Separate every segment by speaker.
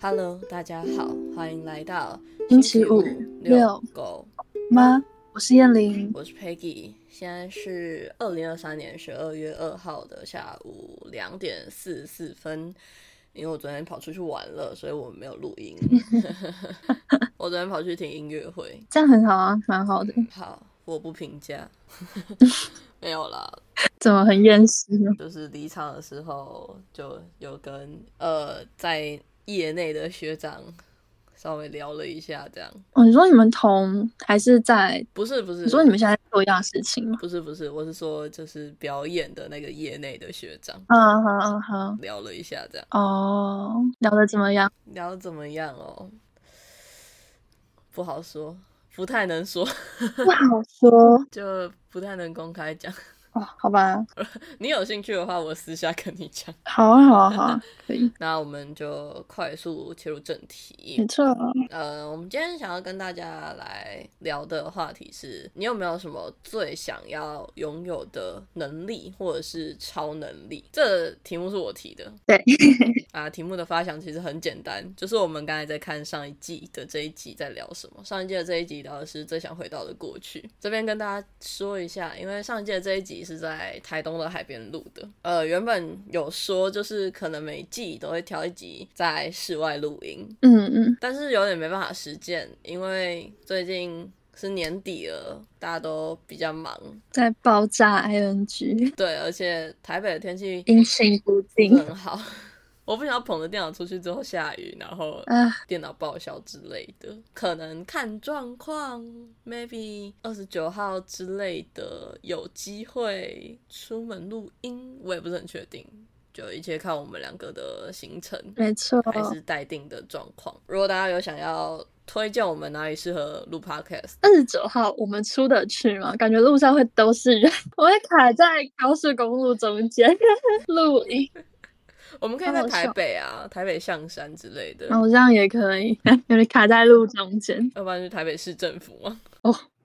Speaker 1: Hello，大家好，欢迎来到
Speaker 2: 星期五
Speaker 1: 遛
Speaker 2: 遛
Speaker 1: 狗，
Speaker 2: 妈，我是燕玲。
Speaker 1: 我是 Peggy，现在是二零二三年十二月二号的下午两点四十四分。因为我昨天跑出去玩了，所以我没有录 音。 我昨天跑去听音乐会，
Speaker 2: 这样很好啊，蛮好的。
Speaker 1: 好，我不评价， 没有啦，
Speaker 2: 怎么很厌世呢？
Speaker 1: 就是离场的时候就有跟呃在业内的学长稍微聊了一下，这样
Speaker 2: 哦，你说你们同还是在？
Speaker 1: 不是不是，
Speaker 2: 你说你们现在做一样的事情吗？
Speaker 1: 不是不是，我是说就是表演的那个业内的学长
Speaker 2: 嗯哼嗯哼。
Speaker 1: 聊了一下，这样
Speaker 2: 哦，聊得怎么 样？
Speaker 1: 聊得怎么样哦？不好说，不太能说，
Speaker 2: 不好说
Speaker 1: 就不太能公开讲。
Speaker 2: 哦，好吧，
Speaker 1: 你有兴趣的话，我私下跟你讲。
Speaker 2: 好啊，好啊，好 啊，可以，
Speaker 1: 那我们就快速切入正题。
Speaker 2: 没错。
Speaker 1: 呃，我们今天想要跟大家来聊的话题是，你有没有什么最想要拥有的能力或者是超能力？这个题目是我提的。
Speaker 2: 对
Speaker 1: 啊，题目的发想其实很简单，就是我们刚才在看上一季的这一集在聊什么。上一季的这一集聊的是最想回到的过去。这边跟大家说一下，因为上一季的这一集是在台东的海边录的。呃，原本有说就是可能每季都会挑一集在室外录音，
Speaker 2: 嗯嗯，
Speaker 1: 但是有点没办法实践，因为最近是年底了，大家都比较忙，
Speaker 2: 在爆炸 ing，
Speaker 1: 对，而且台北的天气
Speaker 2: 阴晴
Speaker 1: 不
Speaker 2: 不定
Speaker 1: 是很好， 我不想要捧着电脑出去之后下雨，然后
Speaker 2: 啊，
Speaker 1: 电脑报销之类的，可能看状况，maybe 二十九号之类的有机会出门录音，我也不是很确定，就一切看我们两个的行程。
Speaker 2: 没错。
Speaker 1: 还是待定的状况。如果大家有想要推荐我们哪里适合录 podcast，
Speaker 2: 二十九号我们出得去吗？感觉路上会都是人， 我会卡在高速公路中间 录音。
Speaker 1: 我们可以在台北啊、台北象山之类的，
Speaker 2: 哦，这样也可以， 有点卡在路中间，
Speaker 1: 要不然就台北市政府嘛。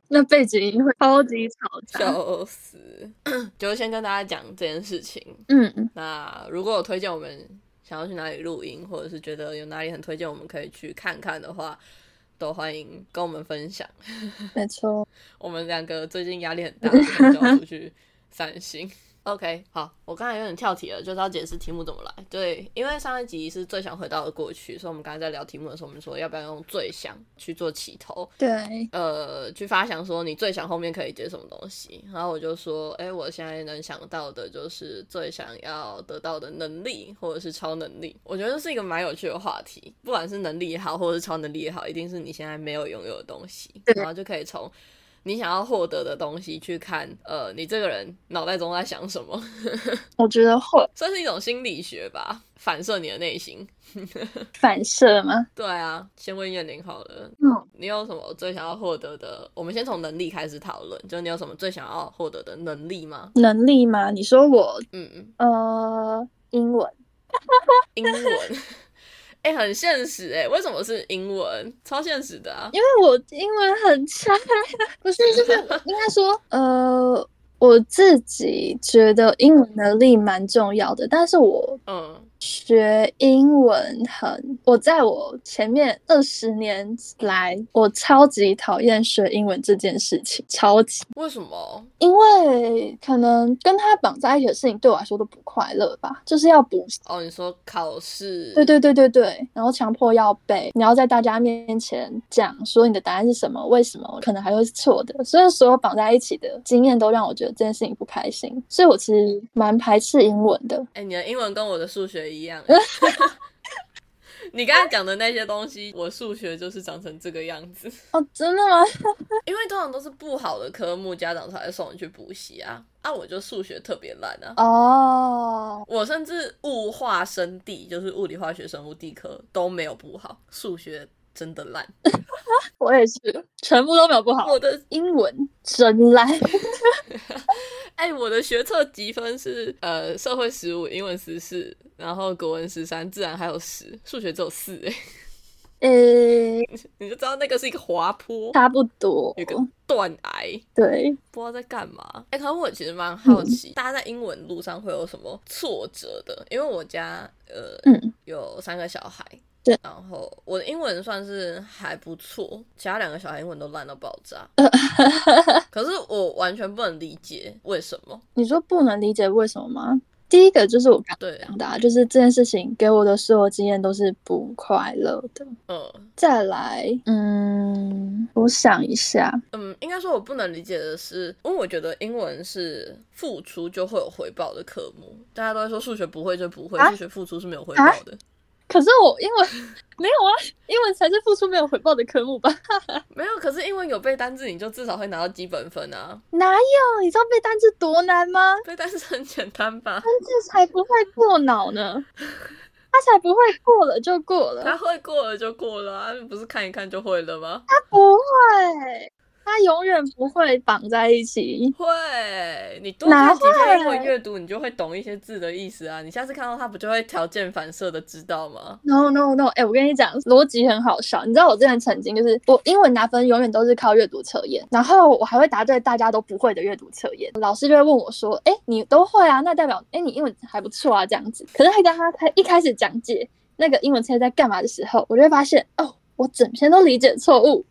Speaker 2: 那背景音会超级吵杂。
Speaker 1: 笑死！ 就先跟大家讲这件事情。
Speaker 2: 嗯，
Speaker 1: 那如果有推荐我们想要去哪里录音，或者是觉得有哪里很推荐我们可以去看看的话，都欢迎跟我们分享。
Speaker 2: 没错。
Speaker 1: 我们两个最近压力很大，所以就要出去散心。OK，好，我刚才有点跳题了，就是要解释题目怎么来。对，因为上一集是最想回到的过去，所以我们刚才在聊题目的时候，我们说要不要用最想去做起头，
Speaker 2: 对，
Speaker 1: 呃，去发想说你最想后面可以接什么东西。然后我就说，哎，我现在能想到的就是最想要得到的能力或者是超能力。我觉得这是一个蛮有趣的话题，不管是能力也好，或者是超能力也好，一定是你现在没有拥有的东西，
Speaker 2: 对
Speaker 1: 然后就可以从。你想要获得的东西，去看，呃，你这个人脑袋中在想什么，
Speaker 2: 我觉得会
Speaker 1: 算是一种心理学吧，反射你的内心。
Speaker 2: 反射吗？
Speaker 1: 对啊，先问燕玲好了，
Speaker 2: 嗯，
Speaker 1: 你有什么最想要获得的？我们先从能力开始讨论，就你有什么最想要获得的能力吗？
Speaker 2: 能力吗？你说我
Speaker 1: 嗯，嗯，
Speaker 2: 呃，英文，
Speaker 1: 英文， 哎、很现实哎、为什么是英文？超现实的啊！
Speaker 2: 因为我英文很差， 不是，就是应该说呃。我自己觉得英文能力蛮重要的，但是我
Speaker 1: 嗯，
Speaker 2: 学英文很，我在我前面二十年来，我超级讨厌学英文这件事情，超级，
Speaker 1: 为什么？
Speaker 2: 因为可能跟它绑在一起的事情对我来说都不快乐吧，就是要补习。
Speaker 1: 哦，你说考试？
Speaker 2: 对对对对对，然后强迫要背，你要在大家面前讲说你的答案是什么，为什么，可能还会是错的，所以所有绑在一起的经验都让我觉得这件事情不开心，所以我其实蛮排斥英文的。
Speaker 1: 哎、你的英文跟我的数学一 样欸。 你刚才讲的那些东西，我数学就是长成这个样子，
Speaker 2: 哦，真的吗？
Speaker 1: 因为通常都是不好的科目，家长才会送你去补习啊。啊，我就数学特别烂啊。
Speaker 2: 哦，
Speaker 1: 我甚至物化生地，就是物理、化学、生物、地科都没有不好，数学真的烂。
Speaker 2: 我也是，全部都没有不好。
Speaker 1: 我的
Speaker 2: 英文真烂，
Speaker 1: 哎、我的学测积分是呃，社会十五，英文十四，然后国文十三，自然还有十，数学只有四。哎，
Speaker 2: 呃、
Speaker 1: 你就知道那个是一个滑坡，
Speaker 2: 差不多
Speaker 1: 有。一个断崖。
Speaker 2: 对，
Speaker 1: 不知道在干嘛。哎、可是我其实蛮好 奇，大家在英文路上会有什么挫折的？因为我家呃、
Speaker 2: 嗯
Speaker 1: 有三个小孩，
Speaker 2: 对，
Speaker 1: 然后我的英文算是还不错，其他两个小孩英文都烂到爆 炸。可是我完全不能理解为什么。
Speaker 2: 你说不能理解为什么吗？第一个就是我刚
Speaker 1: 对，
Speaker 2: 讲的、啊，就是这件事情给我的所有经验都是不快乐的。
Speaker 1: 嗯
Speaker 2: 再来，嗯，我想一下，
Speaker 1: 嗯，应该说我不能理解的是，因为我觉得英文是付出就会有回报的科目，大家都在说数学不会就不会，
Speaker 2: 啊
Speaker 1: 数学付出是没有回报的。
Speaker 2: 可是我英文没有啊，英文才是付出没有回报的科目吧？
Speaker 1: 没有，可是英文有背单字，你就至少会拿到基本分啊。
Speaker 2: 哪有？你知道背单词多难吗？
Speaker 1: 背单词很简单 吧？
Speaker 2: 单词才不会过脑呢，他才不会过了就过了，
Speaker 1: 他会过了就过了啊，不是看一看就会了吗？
Speaker 2: 他不会，他永远不会绑在一起。
Speaker 1: 会，你多
Speaker 2: 哪
Speaker 1: 看几遍英文
Speaker 2: 会
Speaker 1: 阅读，你就会懂一些字的意思啊。你下次看到它，不就会条件反射的知道吗？
Speaker 2: No no no！哎、我跟你讲，逻辑很好笑。你知道我之前曾经就是我英文拿分永远都是靠阅读测验，然后我还会答对大家都不会的阅读测验。老师就会问我说：“哎、你都会啊？那代表哎、你英文还不错啊？”这样子。可是他跟他开一开始讲解那个英文测验在干嘛的时候，我就会发现哦，我整篇都理解错误，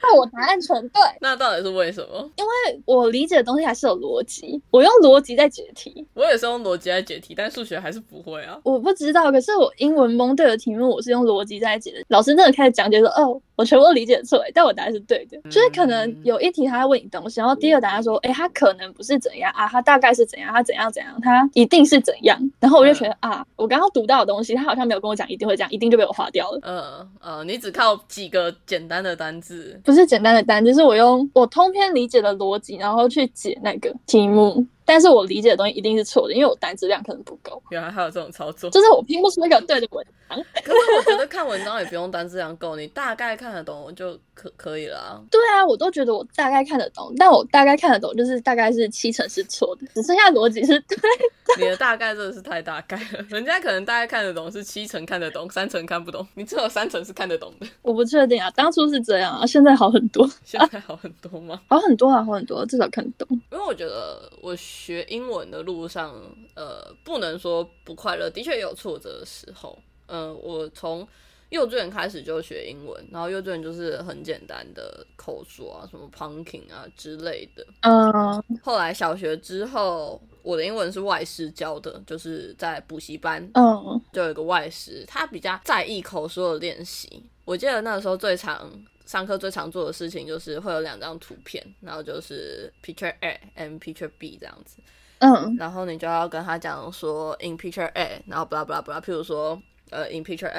Speaker 2: 那我答案全对，
Speaker 1: 那到底是为什么？
Speaker 2: 因为我理解的东西还是有逻辑，我用逻辑在解题。
Speaker 1: 我也是用逻辑来解题，但数学还是不会啊。
Speaker 2: 我不知道，可是我英文蒙对的题目，我是用逻辑在解的。老师真的开始讲解说，哦，我全部都理解错，欸但我答案是对的。就是可
Speaker 1: 嗯
Speaker 2: 能有一题他会问你东西，然后第二答案说，哎、他可能不是怎样啊，他大概是怎样，他怎样怎样，他一定是怎样。然后我就觉得、啊，我刚刚读到的东西，他好像没有跟我讲一定会这样，一定就被我划掉了。
Speaker 1: 嗯呃，你只靠几个简单的单字，
Speaker 2: 不是简单的单，就是我用我通篇理解的逻辑，然后去解那个题目，但是我理解的东西一定是错的，因为我单词量可能不够，
Speaker 1: 原来还有这种操作。
Speaker 2: 就是我拼不出一个对的文章。
Speaker 1: 可是我觉得看文章也不用单字量够，你大概看得懂就可可以了啊。
Speaker 2: 对啊，我都觉得我大概看得懂，但我大概看得懂就是大概是七成是错的，只剩下逻辑是对。
Speaker 1: 你的大概真的是太大概了，人家可能大概看得懂是七成看得懂，三成看不懂，你只有三成是看得懂的。
Speaker 2: 我不确定啊，当初是这样啊，现在好很多，
Speaker 1: 现在好很多吗？
Speaker 2: 好很多啊，好很多，至少看得懂。
Speaker 1: 因为我觉得我学英文的路上，呃，不能说不快乐，的确也有挫折的时候。呃，我从幼稚园开始就学英文，然后幼稚园就是很简单的口说啊，什么 punking 啊之类的。
Speaker 2: 嗯
Speaker 1: 后来小学之后，我的英文是外师教的，就是在补习班，
Speaker 2: 嗯，
Speaker 1: 就有一个外师，他比较在意口说的练习。我记得那个时候最常上课最常做的事情就是会有两张图片，然后就是 picture A and picture B 这样子，
Speaker 2: 嗯
Speaker 1: 然后你就要跟他讲说 in picture A，然后 blah blah blah，譬如说呃 in picture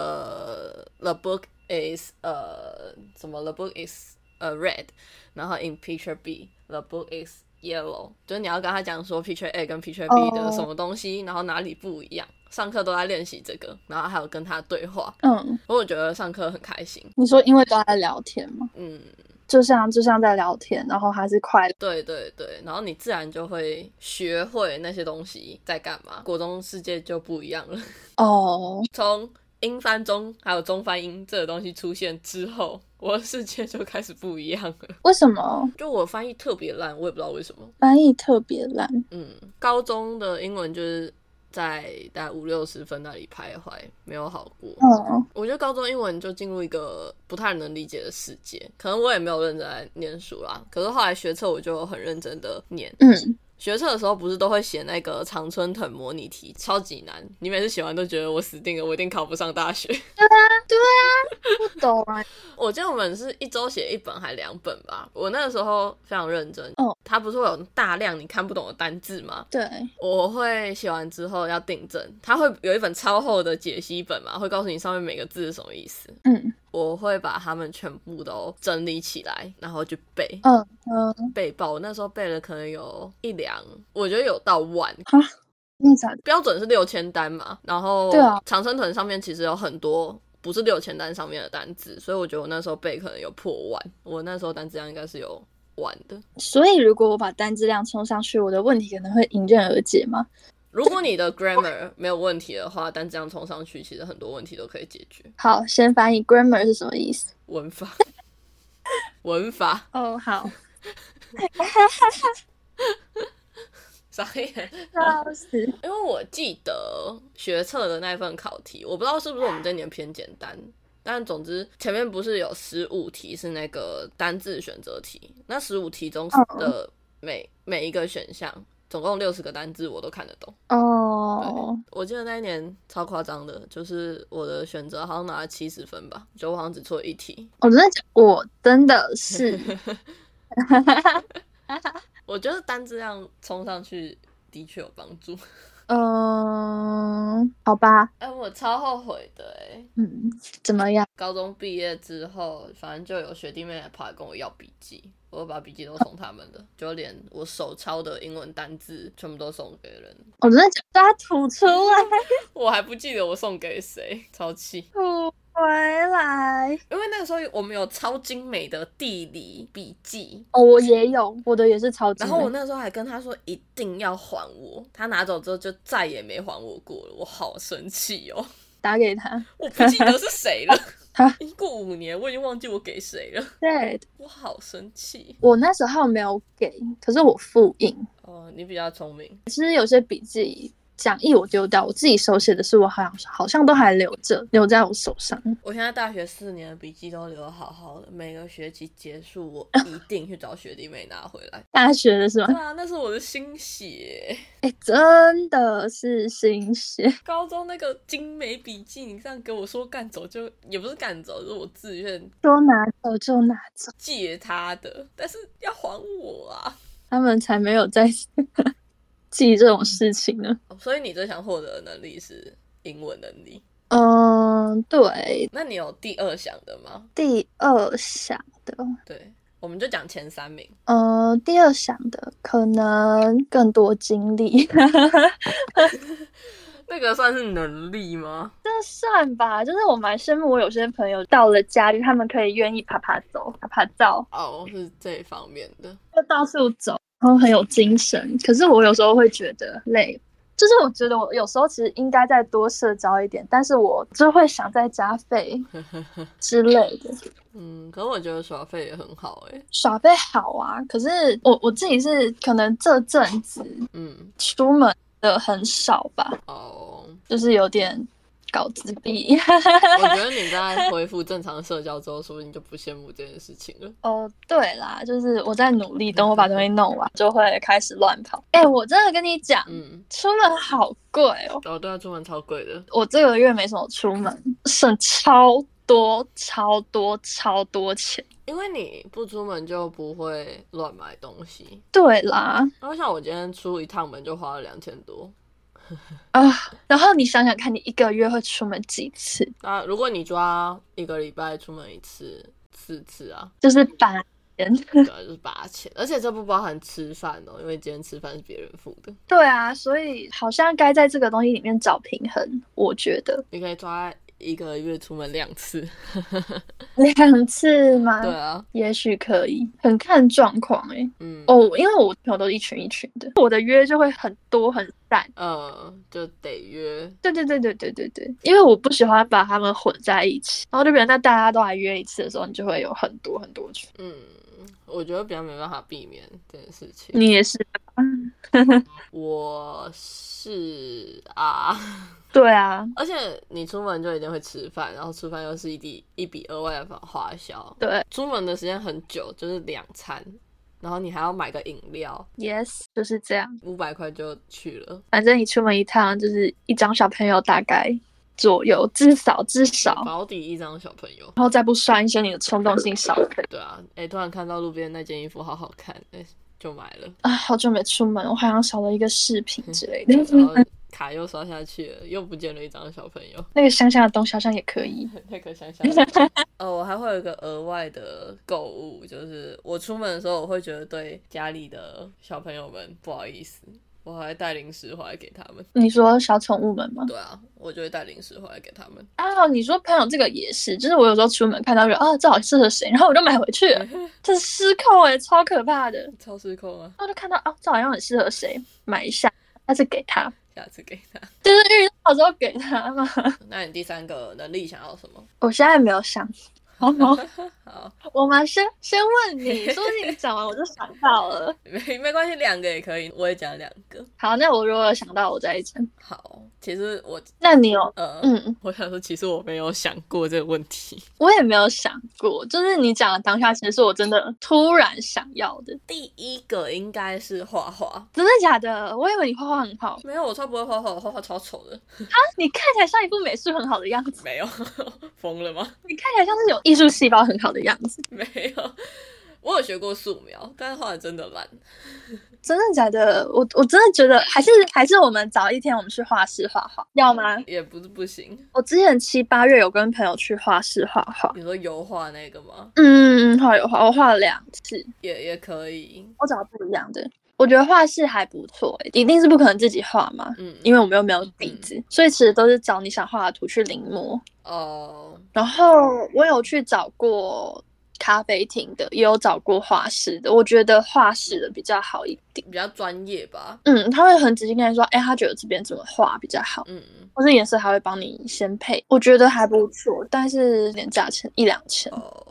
Speaker 1: A，the the book is 呃什么 the book is 呃 red，然后 in picture B，the book is yellow，就是你要跟他讲说 picture A 跟 picture B 的
Speaker 2: 哦
Speaker 1: 什么东西然后哪里不一样。上课都在练习这个，然后还有跟他对话，
Speaker 2: 嗯，
Speaker 1: 我觉得上课很开心。
Speaker 2: 你说因为都在聊天嘛，
Speaker 1: 嗯，
Speaker 2: 就像就像在聊天，然后还是快乐。
Speaker 1: 对对对，然后你自然就会学会那些东西在干嘛。国中世界就不一样了，
Speaker 2: 哦，
Speaker 1: 从英翻中还有中翻英这个东西出现之后，我的世界就开始不一样了。
Speaker 2: 为什么
Speaker 1: 就我翻译特别烂，我也不知道为什么。
Speaker 2: 翻译特别烂？
Speaker 1: 嗯，高中的英文就是在大概五六十分那里徘徊，没有好过。
Speaker 2: 嗯
Speaker 1: 我觉得高中英文就进入一个不太能理解的世界，可能我也没有认真在念书啦。可是后来学测我就很认真的念，
Speaker 2: 嗯，
Speaker 1: 学测的时候不是都会写那个常春藤模拟题，超级难。你每次写完都觉得我死定了，我一定考不上大学。
Speaker 2: 不懂啊。
Speaker 1: 我记得我们是一周写一本还两本吧。我那个时候非常认真。
Speaker 2: 哦，
Speaker 1: 它不是会有大量你看不懂的单字吗？
Speaker 2: 对，
Speaker 1: 我会写完之后要订正，它会有一本超厚的解析本嘛，会告诉你上面每个字是什么意思。
Speaker 2: 嗯
Speaker 1: 我会把它们全部都整理起来，然后去背
Speaker 2: 嗯嗯，
Speaker 1: 背爆。我那时候背了可能有一两，我觉得有到万，
Speaker 2: 那咋？
Speaker 1: 标准是六千单嘛，然后
Speaker 2: 对啊
Speaker 1: 长生藤上面其实有很多不是六千单上面的单字，所以我觉得我那时候背可能有破万，我那时候单字量应该是有万的。
Speaker 2: 所以如果我把单字量冲上去，我的问题可能会迎刃而解吗？
Speaker 1: 如果你 的 grammar 没有问题的话，单字量冲上去，其实很多问题都可以解决。
Speaker 2: 好，先翻译 grammar 是什么意思？
Speaker 1: 文法， 文法
Speaker 2: 哦，好，
Speaker 1: 傻眼。
Speaker 2: 笑死！
Speaker 1: 因为我记得学测的那份考题，我不知道是不是我们这年偏简单，但总之前面不是有十五题是那个单字选择题，那十五题中的每每一个选项，总共六十个单字我都看得懂。
Speaker 2: 哦，
Speaker 1: 我记得那一年超夸张的，就是我的选择好像拿了七十分吧，就我好像只错一题。
Speaker 2: 哦我真的假，我真的 是
Speaker 1: 我觉得单字量冲上去的确有帮助。
Speaker 2: 嗯，好吧，
Speaker 1: 哎、我超后悔的哎、
Speaker 2: 嗯，怎么样？
Speaker 1: 高中毕业之后，反正就有学弟妹来跑来跟我要笔记，我把笔记都送他们的，就连我手抄的英文单字全部都送给人。
Speaker 2: 我真的假，把它吐出来，
Speaker 1: 我还不记得我送给谁，超气！
Speaker 2: 吐回来。
Speaker 1: 因为那个时候我们有超精美的地理笔记，
Speaker 2: 哦，我也有，我的也是超级美。
Speaker 1: 然后我那时候还跟他说一定要还我，他拿走之后就再也没还我过了，我好生气哦！
Speaker 2: 打给他，
Speaker 1: 我不记得是谁了，已经过五年，我已经忘记我给谁了，
Speaker 2: 对
Speaker 1: 我好生气。
Speaker 2: 我那时候没有给，可是我复印。
Speaker 1: 哦，你比较聪明，
Speaker 2: 其实有些笔记讲义我丢掉，我自己手写的是我好像好像都还留着，留在我手上。
Speaker 1: 我现在大学四年的笔记都留得好好的，每个学期结束 我一定去找学弟妹拿回来。
Speaker 2: 大学的是
Speaker 1: 对
Speaker 2: 吗？
Speaker 1: 啊，那是我的心血。
Speaker 2: 哎、真的是新鲜。
Speaker 1: 高中那个精美笔记，你这样给我说干走就也不是干走，是我自愿
Speaker 2: 说拿走就拿走，
Speaker 1: 借他的，但是要还我啊！
Speaker 2: 他们才没有在 记这种事情呢。
Speaker 1: 哦所以你最想获得的能力是英文能力，
Speaker 2: 嗯，对，
Speaker 1: 那你有第二项的吗？
Speaker 2: 第二项的，
Speaker 1: 对，我们就讲前三名。
Speaker 2: 呃，第二项的可能更多精力，
Speaker 1: 那个算是能力吗？
Speaker 2: 这算吧。就是我蛮羡慕我有些朋友到了家里，他们可以愿意爬爬走、爬爬照，
Speaker 1: 哦，是这方面的。
Speaker 2: 就到处走，然后很有精神。可是我有时候会觉得累。就是我觉得我有时候其实应该再多社交一点，但是我就会想再加 费之类的。
Speaker 1: 嗯，可是我觉得耍废也很好哎、
Speaker 2: 耍费好啊，可是我我自己是可能这阵子
Speaker 1: 嗯，
Speaker 2: 出门的很少吧，
Speaker 1: 哦，
Speaker 2: 就是有点搞自闭。
Speaker 1: 我觉得你在恢复正常社交之后，说不定就不羡慕这件事情了。
Speaker 2: 哦，对啦，就是我在努力，等我把东西弄完就会开始乱跑。哎、我真的跟你讲，
Speaker 1: 嗯，
Speaker 2: 出门好贵哦，
Speaker 1: 哦，对啊，中文超贵的。
Speaker 2: 我这个月没什么出门，省超多超多超多钱。
Speaker 1: 因为你不出门就不会乱买东西。
Speaker 2: 对啦，
Speaker 1: 然后像我今天出一趟门就花了两千多。
Speaker 2: 啊、然后你想想看，你一个月会出门几次？
Speaker 1: 那如果你抓一个礼拜出门一次，四次啊，
Speaker 2: 就是把钱。
Speaker 1: 对啊，就是八千。而且这不包含吃饭哦，因为今天吃饭是别人付的。
Speaker 2: 对啊，所以好像该在这个东西里面找平衡，我觉得
Speaker 1: 你可以抓一个月出门两次。
Speaker 2: 两次吗？
Speaker 1: 对啊，
Speaker 2: 也许可以，很看状况诶、
Speaker 1: 嗯，
Speaker 2: 哦，因为我朋友都一群一群的，我的约就会很多很散。
Speaker 1: 呃，就得约。
Speaker 2: 对对对对对对对，因为我不喜欢把他们混在一起，然后就比如那大家都来约一次的时候，你就会有很多很多群。
Speaker 1: 嗯，我觉得比较没办法避免这件事情。
Speaker 2: 你也是，
Speaker 1: 我是啊。
Speaker 2: 对啊，
Speaker 1: 而且你出门就一定会吃饭，然后吃饭又是一笔一笔额外的花销。
Speaker 2: 对
Speaker 1: 出门的时间很久，就是两餐，然后你还要买个饮料，
Speaker 2: ，yes，就是这样。
Speaker 1: 五百块就去了。
Speaker 2: 反正你出门一趟就是一张小朋友大概左右，至少至少。
Speaker 1: 保底一张小朋友，
Speaker 2: 然后再不算一些你的冲动性消费
Speaker 1: 对啊，哎、突然看到路边那件衣服好好看，哎、就买了，
Speaker 2: 啊！好久没出门，我好像少了一个饰品之类的。
Speaker 1: 然后卡又刷下去了，又不见了一张小朋友，
Speaker 2: 那个乡下的东西好像也可以。
Speaker 1: 那个想想。哦，我还会有一个额外的购物，就是我出门的时候，我会觉得对家里的小朋友们不好意思，我还带零食回来给他们。
Speaker 2: 你说小宠物们吗？
Speaker 1: 对啊，我就会带零食回来给他们。
Speaker 2: 啊，你说朋友这个也是，就是我有时候出门看到人啊，这好适合谁，然后我就买回去了，这失控哎、超可怕的。
Speaker 1: 超失控啊！
Speaker 2: 然后就看到啊，这好像很适合谁，买一下，下次给他，
Speaker 1: 下次给他。
Speaker 2: 就是 遇到的时候给他嘛。
Speaker 1: 那你第三个能力想要什么？
Speaker 2: 我现在没有想 好，
Speaker 1: 好，
Speaker 2: 我们先先问你，说不定你讲完我就想到了。
Speaker 1: 没没关系，两个也可以，我也讲两个。
Speaker 2: 好，那我如果有想到，我再讲。
Speaker 1: 好，其实我
Speaker 2: 那你有？
Speaker 1: 呃，
Speaker 2: 嗯，
Speaker 1: 我想说，其实我没有想过这个问题。
Speaker 2: 我也没有想过，就是你讲的当下，其实是我真的突然想要的。
Speaker 1: 第一个应该是画画，
Speaker 2: 真的假的？我以为你画画很好，
Speaker 1: 没有，我超不会画画，我画画超丑的。
Speaker 2: 你看起来像一副美术很好的样子，
Speaker 1: 没有， 疯了吗？
Speaker 2: 你看起来像是有艺术细胞很好的样子。
Speaker 1: 没有，我有学过素描，但是画的真的烂。
Speaker 2: 真的假的？我我真的觉得还是还是我们早一天我们去画室画画，要吗？
Speaker 1: 也不是不行。
Speaker 2: 我之前七八月有跟朋友去画室画画，
Speaker 1: 你说油画那个吗？
Speaker 2: 嗯，嗯嗯，画油画，我画了两次，
Speaker 1: 也也可以。
Speaker 2: 我找不一样的。我觉得画室还不错、欸，一定是不可能自己画嘛，
Speaker 1: 嗯，
Speaker 2: 因为我们又没有底子，所以其实都是找你想画的图去临摹。
Speaker 1: 哦，
Speaker 2: 然后我有去找过咖啡厅的，也有找过画室的，我觉得画室的比较好一点。
Speaker 1: 比较专业吧。
Speaker 2: 嗯，他会很仔细跟你说，哎、他觉得这边怎么画比较好，
Speaker 1: 嗯，
Speaker 2: 或是颜色还会帮你先配，我觉得还不错，但是有点价钱一两千
Speaker 1: 哦，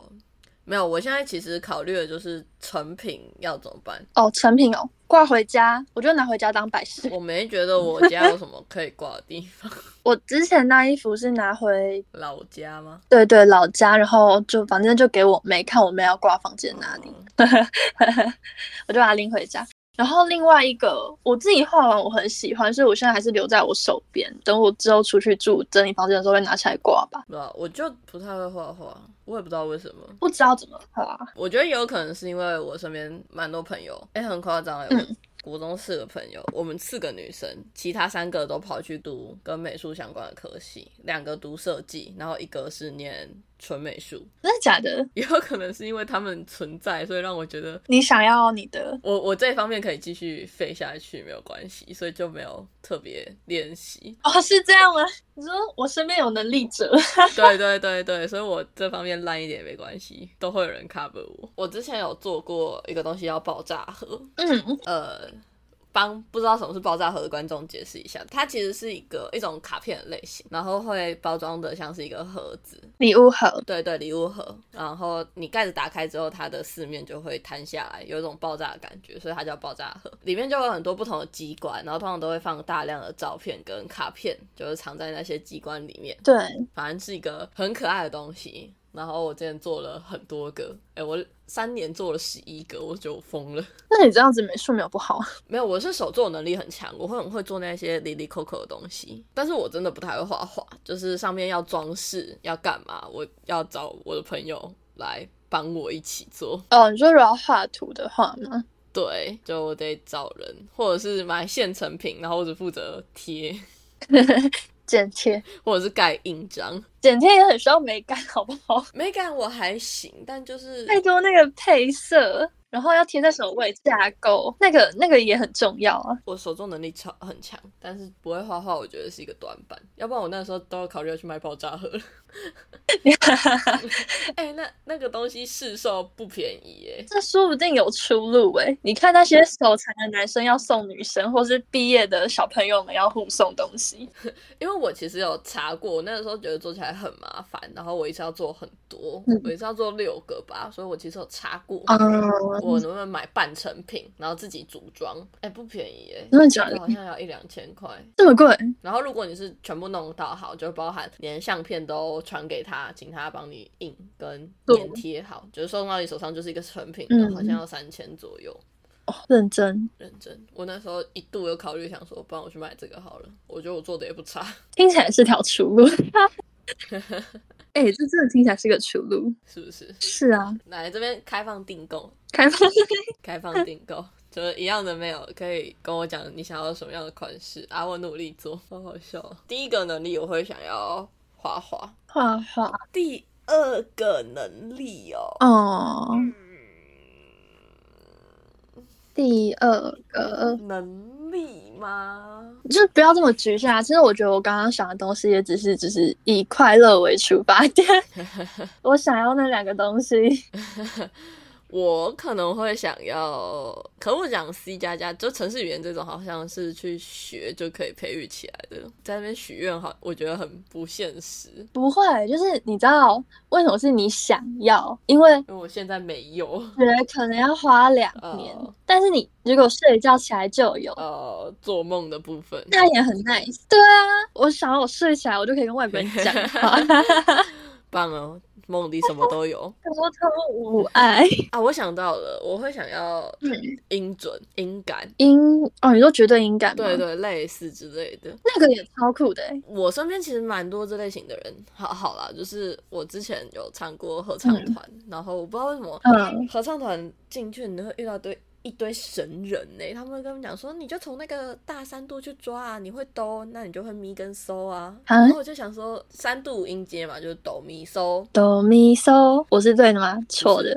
Speaker 1: 没有，我现在其实考虑的就是成品要怎么办。
Speaker 2: 哦，成品哦，挂回家，我就拿回家当摆饰。
Speaker 1: 我没觉得我家有什么可以挂的地方，
Speaker 2: 我之前那衣服是拿回
Speaker 1: 老家吗？
Speaker 2: 对对老家，然后就反正就给我妹看，我妹要挂房间哪里，
Speaker 1: 嗯
Speaker 2: 我就把它拎回家。然后另外一个我自己画完，我很喜欢，所以我现在还是留在我手边。等我之后出去住整理房间的时候，再拿起来挂吧。
Speaker 1: 不知道，啊我就不太会画画，我也不知道为什么。
Speaker 2: 不知道怎么画，啊
Speaker 1: 我觉得有可能是因为我身边蛮多朋友，哎、很夸张哎，
Speaker 2: 嗯
Speaker 1: 我国中四个朋友，我们四个女生，其他三个都跑去读跟美术相关的科系，两个读设计，然后一个是念纯美术。
Speaker 2: 真的假的？
Speaker 1: 也有可能是因为他们存在，所以让我觉得
Speaker 2: 你想要你的。
Speaker 1: 我我这方面可以继续废下去没有关系，所以就没有特别练习
Speaker 2: 哦，是这样吗？你说我身边有能力者，
Speaker 1: 对对对对，所以我这方面烂一点也没关系，都会有人 cover 我。我之前有做过一个东西叫爆炸盒，
Speaker 2: 嗯，
Speaker 1: 呃，帮不知道什么是爆炸盒的观众解释一下，它其实是一个一种卡片的类型，然后会包装的像是一个盒子，
Speaker 2: 礼物盒，
Speaker 1: 对对，礼物盒，然后你盖子打开之后，它的四面就会摊下来，有一种爆炸的感觉，所以它叫爆炸盒。里面就有很多不同的机关，然后通常都会放大量的照片跟卡片，就是藏在那些机关里面，
Speaker 2: 对，
Speaker 1: 反正是一个很可爱的东西。然后我之前做了很多个，哎，我三年做了十一个，我觉得我疯了。
Speaker 2: 那你这样子美术没有不好，啊
Speaker 1: 没有，我是手作能力很强，我会很会做那些里里扣扣的东西，但是我真的不太会画画，就是上面要装饰要干嘛，我要找我的朋友来帮我一起做。
Speaker 2: 哦，你说如果要画图的话吗？
Speaker 1: 对，就我得找人，或者是买现成品，然后我只负责贴，
Speaker 2: 剪贴，
Speaker 1: 或者是盖印章。
Speaker 2: 剪贴也很需要美感，好不好？
Speaker 1: 美感哦我还行，但就是
Speaker 2: 太多那个配色，然后要贴在什么位架构，那个那个也很重要啊。
Speaker 1: 我手作能力超很强，但是不会画画，我觉得是一个短板。要不然我那时候都要考虑要去卖爆炸盒了。 哎、那那个东西市售不便宜耶。
Speaker 2: 这说不定有出路诶、你看那些手残的男生要送女生，或是毕业的小朋友们要互送东西，
Speaker 1: 因为我其实有查过，我那个时候觉得做起来很麻烦，然后我一次要做很多，
Speaker 2: 嗯
Speaker 1: 我一次要做六个吧，所以我其实有查过。
Speaker 2: 嗯
Speaker 1: 我能不能买半成品，然后自己组装？哎、不便宜耶，
Speaker 2: 真的假的
Speaker 1: 一个好像要一两千块。
Speaker 2: 这么贵？
Speaker 1: 然后如果你是全部弄到好，就包含连相片都传给他，请他帮你印跟
Speaker 2: 对
Speaker 1: 粘贴好，就是送到你手上就是一个成品，
Speaker 2: 嗯
Speaker 1: 然后好像要三千左右。
Speaker 2: 哦，认真，
Speaker 1: 认真，我那时候一度有考虑想说，不然我去买这个好了。我觉得我做的也不差，
Speaker 2: 听起来是条出路。 哎、这真的听起来是个出路。
Speaker 1: 是不是？
Speaker 2: 是啊，
Speaker 1: 来这边开放订购，
Speaker 2: 开放
Speaker 1: 开放订购。就是一样的没有，可以跟我讲你想要什么样的款式啊，我努力做，好好笑哦。第一个能力我会想要画画，
Speaker 2: 画画
Speaker 1: 第二个能力哦，
Speaker 2: 哦。第二个，
Speaker 1: 能力吗？
Speaker 2: 就是不要这么局限啊！其实我觉得我刚刚想的东西也只是，只是以 快乐为出发点。我想要那两个东西，
Speaker 1: 我可能会想要，可我讲 C 加加，就城市语言这种，好像是去学就可以培育起来的，在那边许愿，好，我觉得很不现实，因
Speaker 2: 不会，就是你知道为什么是你想要，因为
Speaker 1: 为我现在没有。
Speaker 2: 觉得可能要花两年，
Speaker 1: 哦
Speaker 2: 但是你如果睡一觉起来就有，
Speaker 1: 呃，做梦的部 分，
Speaker 2: 那也很 nice。对啊，我想要我睡起来，我就可以跟外国人讲 话，
Speaker 1: 棒哦，梦里什么都有
Speaker 2: 沟通无碍。
Speaker 1: 啊！我想到了，我会想要
Speaker 2: 嗯
Speaker 1: 音准、音感，
Speaker 2: 音哦，你说绝对音感吗？
Speaker 1: 对，对，类似之类的。
Speaker 2: 那个也超酷的、欸。
Speaker 1: 我身边其实蛮多这类型的人，好好啦，就是我之前有唱过合唱团，然后我不知道为什么
Speaker 2: 嗯，
Speaker 1: 合唱团进去你会遇到一堆一堆神人呢、他们会跟我们讲说，你就从那个大三度去抓啊，你会哆，那你就会咪跟嗦啊。
Speaker 2: 啊
Speaker 1: 然后我就想说，三度音阶嘛，就是哆咪嗦，
Speaker 2: 哆咪嗦，我是对的吗？错的。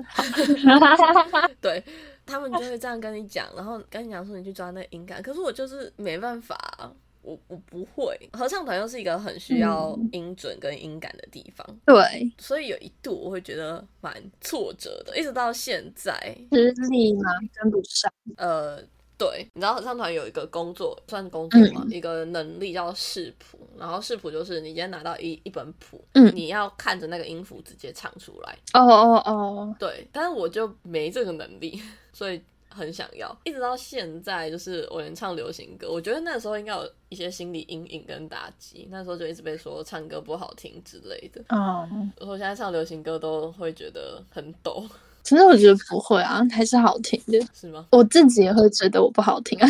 Speaker 1: 对。他们就会这样跟你讲，然后跟你讲说你去抓那个音感，可是我就是没办法啊、我我不会。合唱团又是一个很需要
Speaker 2: 嗯
Speaker 1: 音准跟音感的地方，
Speaker 2: 对，
Speaker 1: 所以有一度我会觉得蛮挫折的，一直到现在，
Speaker 2: 实力嘛跟不上。
Speaker 1: 呃，对，你知道合唱团有一个工作，算工作嘛，一个能力叫视谱，然后视谱就是你今天拿到一一本谱，
Speaker 2: 嗯
Speaker 1: 你要看着那个音符直接唱出来，
Speaker 2: 哦哦哦，
Speaker 1: 对，但是我就没这个能力， 所以。很想要，一直到现在，就是我连唱流行歌，我觉得那时候应该有一些心理阴影跟打击，那时候就一直被说唱歌不好听之类的。
Speaker 2: 嗯，
Speaker 1: 我说现在唱流行歌都会觉得很抖，
Speaker 2: 其实我觉得不会啊，还是好听的。
Speaker 1: 是吗？
Speaker 2: 我自己也会觉得我不 好听啊。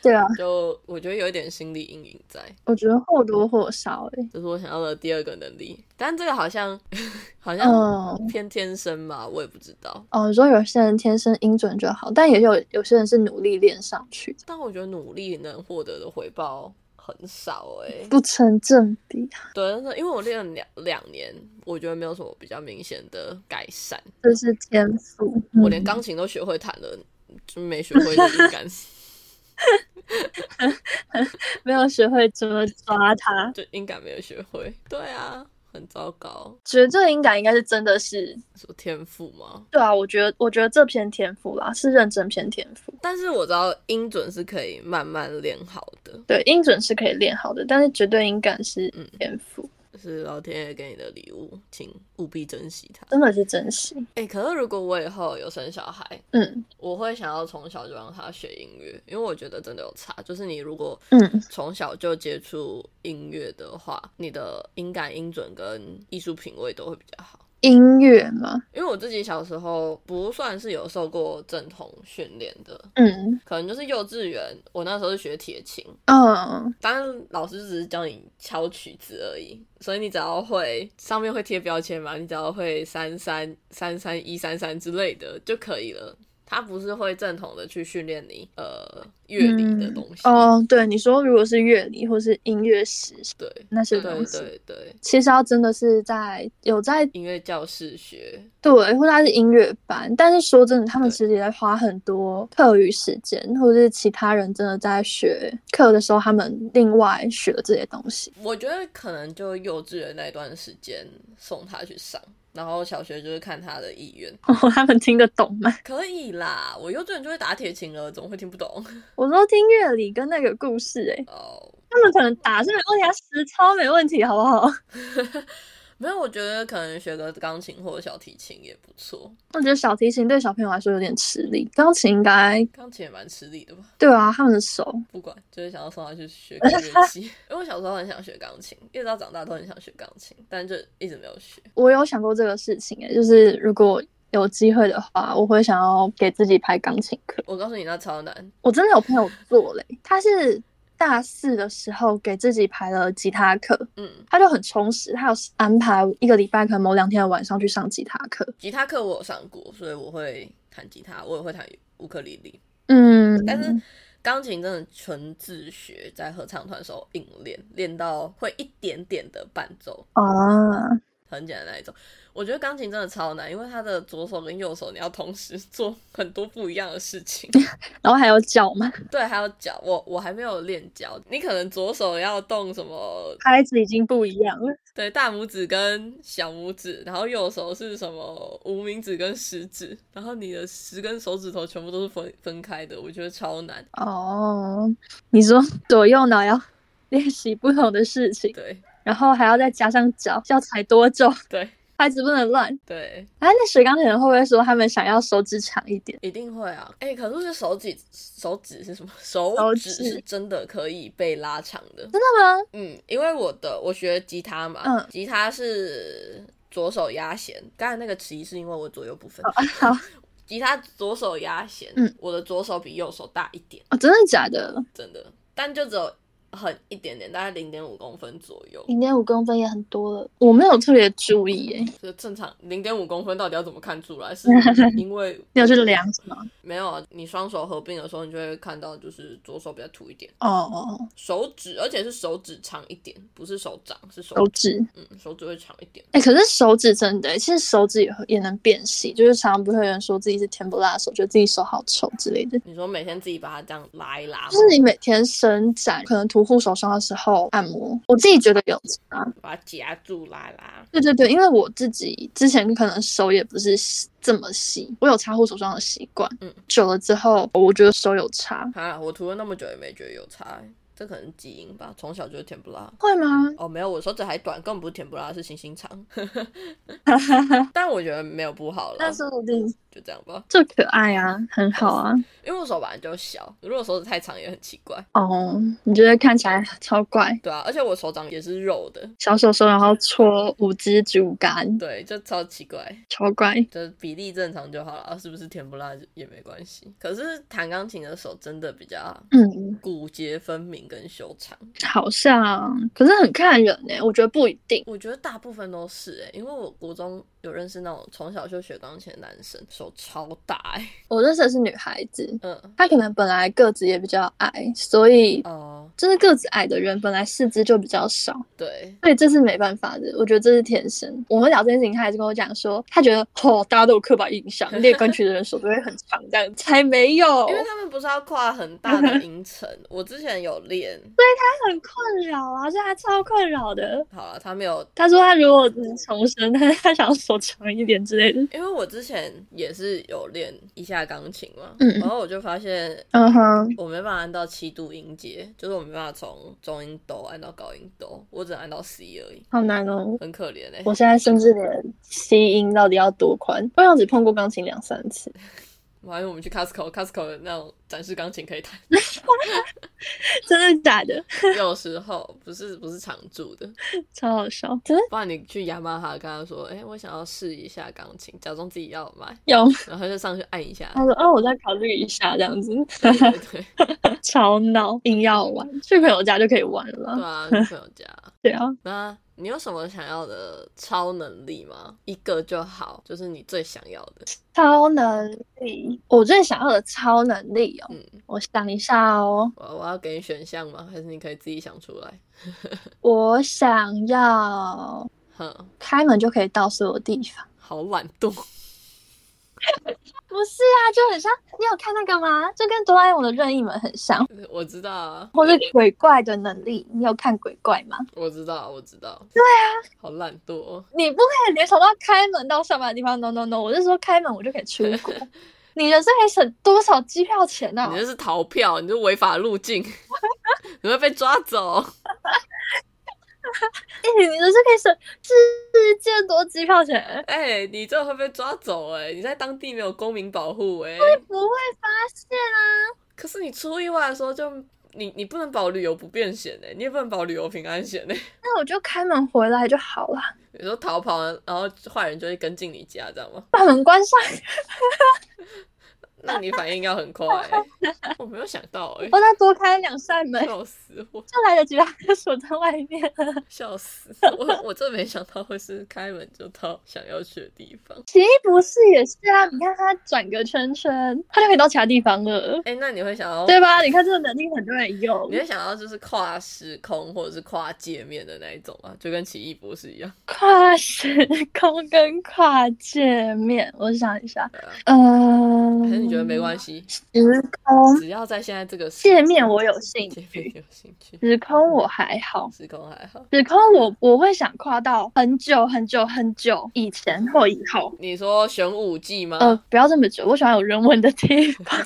Speaker 2: 对啊，
Speaker 1: 就我觉得有一点心理阴影在，
Speaker 2: 我觉得或多或少 欸诶、
Speaker 1: 这是我想要的第二个能力。但这个好像 好
Speaker 2: 欸。
Speaker 1: 像
Speaker 2: 嗯，
Speaker 1: 偏天生嘛，我也不知道。
Speaker 2: 哦，你说有些人天生音准就好，但也有有些人是努力练上去，
Speaker 1: 但我觉得努力能获得的回报很少哎、
Speaker 2: 不成正比啊，
Speaker 1: 对，但是因为我练了两两年，我觉得没有什么比较明显的改善。
Speaker 2: 这是天赋。
Speaker 1: 我连
Speaker 2: 嗯
Speaker 1: 钢琴都学会弹了，就没学会的音感，
Speaker 2: 没有学会怎么抓它。
Speaker 1: 就音感没有学会。对啊，很糟糕，
Speaker 2: 绝对音感应该是真的是，
Speaker 1: 说天赋吗？
Speaker 2: 对啊，我觉得我觉得这篇天赋啦是认真篇天赋，
Speaker 1: 但是我知道音准是可以慢慢练好的，
Speaker 2: 对音准是可以练好的，但是绝对音感是
Speaker 1: 嗯
Speaker 2: 天赋，
Speaker 1: 是老天爷给你的礼物，请务必珍惜它。
Speaker 2: 真的是珍惜。
Speaker 1: 哎、可是如果我以后有生小孩，
Speaker 2: 嗯
Speaker 1: 我会想要从小就让他学音乐，因为我觉得真的有差。就是你如果
Speaker 2: 嗯，
Speaker 1: 从小就接触音乐的话，你的音感、音准跟艺术品味都会比较好。
Speaker 2: 音乐嘛，
Speaker 1: 因为我自己小时候不算是有受过正统训练的，
Speaker 2: 嗯
Speaker 1: 可能就是幼稚园，我那时候是学铁琴，
Speaker 2: 嗯
Speaker 1: 当然老师只是教你敲曲子而已，所以你只要会上面会贴标签嘛，你只要会三三三三一三三之类的就可以了。他不是会正统的去训练你呃乐理的东西，
Speaker 2: 哦，对，你说如果是乐理或是音乐史
Speaker 1: 对
Speaker 2: 那些
Speaker 1: 对
Speaker 2: 东
Speaker 1: 对
Speaker 2: 西，
Speaker 1: 对对，
Speaker 2: 其实要真的是在有在
Speaker 1: 音乐教室学，
Speaker 2: 对，或者他是音乐班，但是说真的，他们
Speaker 1: 对
Speaker 2: 其实也在花很多课余时间，或者是其他人真的在学课的时候，他们另外学这些东西。
Speaker 1: 我觉得可能就幼稚园那段时间送他去上，然后小学就是看他的意愿，
Speaker 2: 哦， 他们听得懂吗？
Speaker 1: 可以啦。我幼稚园就会打铁琴了，怎么会听不懂？
Speaker 2: 我都听乐理跟那个故事、欸，
Speaker 1: 哦、
Speaker 2: 他们可能打是没问题，啊，实操没问题，好不好？
Speaker 1: 没有，我觉得可能学个钢琴或者小提琴也不错，
Speaker 2: 我觉得小提琴对小朋友来说有点吃力，钢琴应该
Speaker 1: 钢琴也蛮吃力的吧？
Speaker 2: 对啊，他们的手
Speaker 1: 不管，就是想要送他去学个乐器，因为我小时候很想学钢琴，一直到长大都很想学钢琴，但就一直没有学。
Speaker 2: 我有想过这个事情、欸，就是如果有机会的话，我会想要给自己排钢琴课。
Speaker 1: 我告诉你，那超难，
Speaker 2: 我真的有朋友做嘞、他是大四的时候给自己排了吉他课，
Speaker 1: 嗯。
Speaker 2: 他就很充实，他有安排一个礼拜，可能某两天的晚上去上吉他课。
Speaker 1: 吉他课我有上过，所以我会弹吉他，我也会弹乌克丽丽，
Speaker 2: 嗯，
Speaker 1: 但是钢琴真的纯自学，在合唱团的时候硬练，练到会一点点的伴奏，
Speaker 2: 啊，
Speaker 1: 很简单的那一种。我觉得钢琴真的超难，因为它的左手跟右手你要同时 做很多不一样的事情。
Speaker 2: 然后还有脚嘛，
Speaker 1: 对，还有脚，我我还没有练脚，你可能左手要动什么？
Speaker 2: 拍子已经不一样了。
Speaker 1: 对，大拇指跟小拇指，然后右手是什么无名指跟食指，然后你的十根手指头全部都是分分开的，我觉得超难。
Speaker 2: 哦，你说左右脑要练习不同的事情，
Speaker 1: 对
Speaker 2: 然后还要再加上脚，要踩多重，
Speaker 1: 对
Speaker 2: 拍子不能乱。
Speaker 1: 对，
Speaker 2: 哎、那学钢琴的人会不会说他们想要手指长一点？
Speaker 1: 一定会啊！哎、可是手指手指是什 么？手
Speaker 2: 手
Speaker 1: 指
Speaker 2: 指
Speaker 1: 是真的可以被拉长的。
Speaker 2: 那么
Speaker 1: 嗯，因为我的我学吉他嘛，
Speaker 2: 嗯
Speaker 1: 吉他是左手压弦，刚才那个词是因为我左右不分。
Speaker 2: 哦好，
Speaker 1: 吉他左手压弦，
Speaker 2: 嗯
Speaker 1: 我的左手比右手大一点，
Speaker 2: 哦，真的假的？
Speaker 1: 真的，但就只有很一点点，大概零点五公分左右。
Speaker 2: 零点五公分也很多了，我没有特别注意耶。
Speaker 1: 就正常零点五公分到底要怎么看出 来？是因为
Speaker 2: 你有去量是吗？
Speaker 1: 没有啊？你双手合并的时候，你就会看到，就是左手比较凸一点，
Speaker 2: 哦哦，
Speaker 1: 手指，而且是手指长一点，不是手掌，是手
Speaker 2: 手指。
Speaker 1: 嗯，手指会长一点。
Speaker 2: 哎、可是手指真的耶，其实手指也会也能变细，就是常常不会有人说自己是甜不辣手，觉得自己手好丑之类的。
Speaker 1: 你说每天自己把它这样拉一拉吗，
Speaker 2: 就是你每天伸展，可能涂护手霜的时候按摩，我自己觉得有差。
Speaker 1: 把它夹住拉一拉，
Speaker 2: 对对对，因为我自己之前可能手也不是这么细，我有擦护手霜的习惯，
Speaker 1: 嗯
Speaker 2: 嗯，久了之后我觉得手有差，
Speaker 1: 啊，我涂了那么久也没觉得有差、欸，这可能基因吧，从小就是甜不辣。
Speaker 2: 会吗？
Speaker 1: 哦，没有，我手指还短，根本不是甜不辣，是星星 肠。但我觉得没有不好啦
Speaker 2: 那，说不定
Speaker 1: 就这样吧。
Speaker 2: 就可爱啊，很好啊。
Speaker 1: 因为我手本来就小，如果手指太长也很奇怪，
Speaker 2: 哦，你觉得看起来超怪，
Speaker 1: 对啊，而且我手掌也是肉的，
Speaker 2: 小手手然后搓五只竹竿，
Speaker 1: 对，就超奇怪。
Speaker 2: 超怪。
Speaker 1: 就是比例正常就好了，是不是甜不辣也没关系。可是弹钢琴的手真的比较
Speaker 2: 嗯，
Speaker 1: 骨节分明跟修长，
Speaker 2: 好像，可是很看人呢、我觉得不一定。
Speaker 1: 我觉得大部分都是诶、因为我国中有认识那种从小就学钢琴的男生，手超大诶、
Speaker 2: 我认识的是女孩子，
Speaker 1: 嗯，
Speaker 2: 她可能本来个子也比较矮，所以
Speaker 1: 哦、
Speaker 2: 就是个子矮的人本来四肢就比较少，
Speaker 1: 对，
Speaker 2: 所以这是没办法的，我觉得这是天生。我们聊这件事情，他还是跟我讲说，他觉得哦，大家都有刻板印象，练歌曲的人手都会很长，这样才没有，
Speaker 1: 哦因为他们不是要跨很大的音程，我之前有练，
Speaker 2: 他很困扰啊，这还超困扰的。
Speaker 1: 好了，啊他没有。
Speaker 2: 他说他如果能重生，他他想要手长一点之类的。
Speaker 1: 因为我之前也是有练一下钢琴嘛，
Speaker 2: 嗯
Speaker 1: 然后我就发现
Speaker 2: 嗯哼，
Speaker 1: 我没办法按到七度音阶，就是我没办法从中音哆按到高音哆，我只能按到 C 而已，
Speaker 2: 好难哦。
Speaker 1: 很可怜哎、
Speaker 2: 我现在甚至连吸音到底要多宽，我好像只碰过钢琴两三次，
Speaker 1: 我还以为我们去 Costco，Costco 的那种展示钢琴可以弹，
Speaker 2: 真的假的？
Speaker 1: 有时候 不是不是常驻的，
Speaker 2: 超好笑，真的
Speaker 1: 不然你去雅马哈跟他说，哎、我想要试一下钢琴，假装自己要买，
Speaker 2: 有。
Speaker 1: 然后就上去按一下，
Speaker 2: 他说：“哦，我再考虑一下，这样 子
Speaker 1: 对对对，
Speaker 2: 超闹，硬要玩，去朋友家就可以玩了
Speaker 1: 对
Speaker 2: 啦。
Speaker 1: 啊，女朋友家。
Speaker 2: 对啊，
Speaker 1: 那你有什么想要的超能力吗？一个就好，就是你最想要的。
Speaker 2: 超能力，我最想要的超能力哦，
Speaker 1: 嗯
Speaker 2: 我想一下哦，
Speaker 1: 我我要给你选项吗？还是你可以自己想出来？
Speaker 2: 我想要
Speaker 1: 哼，
Speaker 2: 开门就可以到所有地方。
Speaker 1: 好懒惰。
Speaker 2: 不是啊，就很像你有看那个吗？就跟哆啦 A 梦的任意门很像，
Speaker 1: 我知道啊，
Speaker 2: 或是鬼怪的能力。你有看鬼怪吗？
Speaker 1: 我知道，我知道。对啊，好懒惰哦。
Speaker 2: 你不可以联想到开门到上班的地方。No No No，我是说开门我就可以出国。你人生可以省多少机票钱啊呢、
Speaker 1: 你这是逃票，你这违法入 境，你会被抓走。
Speaker 2: 哎、你人生可以省世界多机票钱，
Speaker 1: 哎、你这会被抓走哎、你在当地没有公民保护哎、
Speaker 2: 不会发现啊。
Speaker 1: 可是你出意外的时候就你你不能保旅游不便险哎、你也不能保旅游平安险哎、
Speaker 2: 那我就开门回来就好了。
Speaker 1: 有时候逃跑，然后坏人就会跟进你家，知道吗？
Speaker 2: 把门关上，
Speaker 1: 那你反应要很快、哎我没有想到哎、
Speaker 2: 哦，那多开两扇门
Speaker 1: 笑死我，
Speaker 2: 就来得及把它锁在外面了。
Speaker 1: 笑死 我！我真没想到会是开门就到想要去的地方。
Speaker 2: 奇异博士也是啊，你看他转个圈圈，他就可以到其他地方了，
Speaker 1: 哎、那你会想要，
Speaker 2: 对吧？你看这个能力很多人有
Speaker 1: 你，会想要就是跨时空或者是跨界面的那一种啊，就跟奇异博士一样。
Speaker 2: 跨时空跟跨界面，我想一下
Speaker 1: 对啊，
Speaker 2: 嗯、
Speaker 1: 还是你觉得没关系？
Speaker 2: 时空
Speaker 1: 只要在现在这个时
Speaker 2: 嗯界面我有兴
Speaker 1: 界面
Speaker 2: 趣，
Speaker 1: 有兴趣，
Speaker 2: 时空我还好。
Speaker 1: 时空还好。
Speaker 2: 时空我我会想跨到很久很久很久以前或以后，
Speaker 1: 你说玄武纪吗？
Speaker 2: 呃，不要这么久，我喜欢有人文的地方，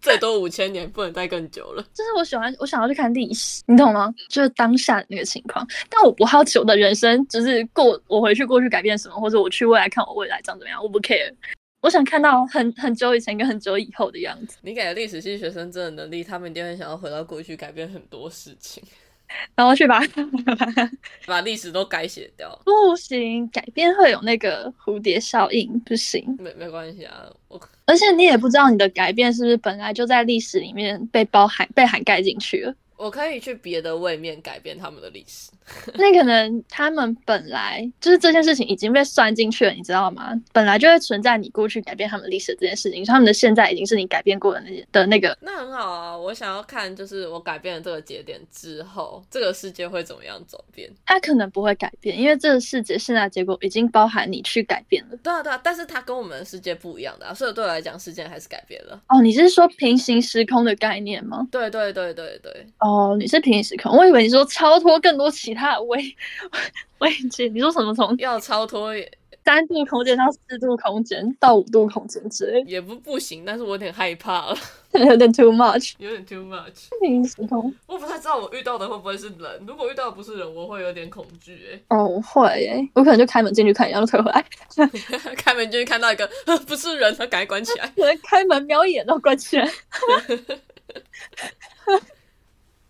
Speaker 1: 最多五千年，不能再更久了。
Speaker 2: 就是我喜欢我想要去看历史，你懂吗？就是当下那个情况，但我不好奇我的人生就是过我回去过去改变什么，或者我去未来看我未来长怎么样，我不 care。我想看到很很久以前跟很久以后的样子，
Speaker 1: 你给历史系学生真的能力，他们一定很想要回到过去，改变很多事情，
Speaker 2: 然后去把
Speaker 1: 把历史都改写掉。
Speaker 2: 不行，改变会有那个蝴蝶效应，不行。
Speaker 1: 没没关系啊，我
Speaker 2: 而且你也不知道你的改变是不是本来就在历史里面被包含、被涵盖进去了。
Speaker 1: 我可以去别的位面改变他们的历史。
Speaker 2: 那可能他们本来就是这件事情已经被算进去了，你知道吗？本来就会存在你过去改变他们历史这件事情，他们的现在已经是你改变过的那些的那个。
Speaker 1: 那很好啊，我想要看，就是我改变了这个节点之后，这个世界会怎么样走变？
Speaker 2: 他可能不会改变，因为这个世界现在的结果已经包含你去改变了。
Speaker 1: 对啊，对啊，但是它跟我们的世界不一样的、啊，所以对我来讲，世界还是改变了。
Speaker 2: 哦，你是说平行时空的概念吗？
Speaker 1: 对对对对对，
Speaker 2: 哦，你是平行时空，我以为你说超脱更多其他的位 位置。你说什么从
Speaker 1: 要超脱也
Speaker 2: 三度空间到四度空间到五度空间之类的，
Speaker 1: 也不不行，但是我有点害怕了，
Speaker 2: 有点 too much。
Speaker 1: 有点 too much。
Speaker 2: 平行时空
Speaker 1: 我不太知道我遇到的会不会是人，如果遇到的不是人，我会有点恐惧、欸。
Speaker 2: 哦，会耶，我可能就开门进去看，然后退回来，
Speaker 1: 开门进去 看到一个 呵不是人，他赶紧关起来。
Speaker 2: 可能开门瞄一眼都关起 来。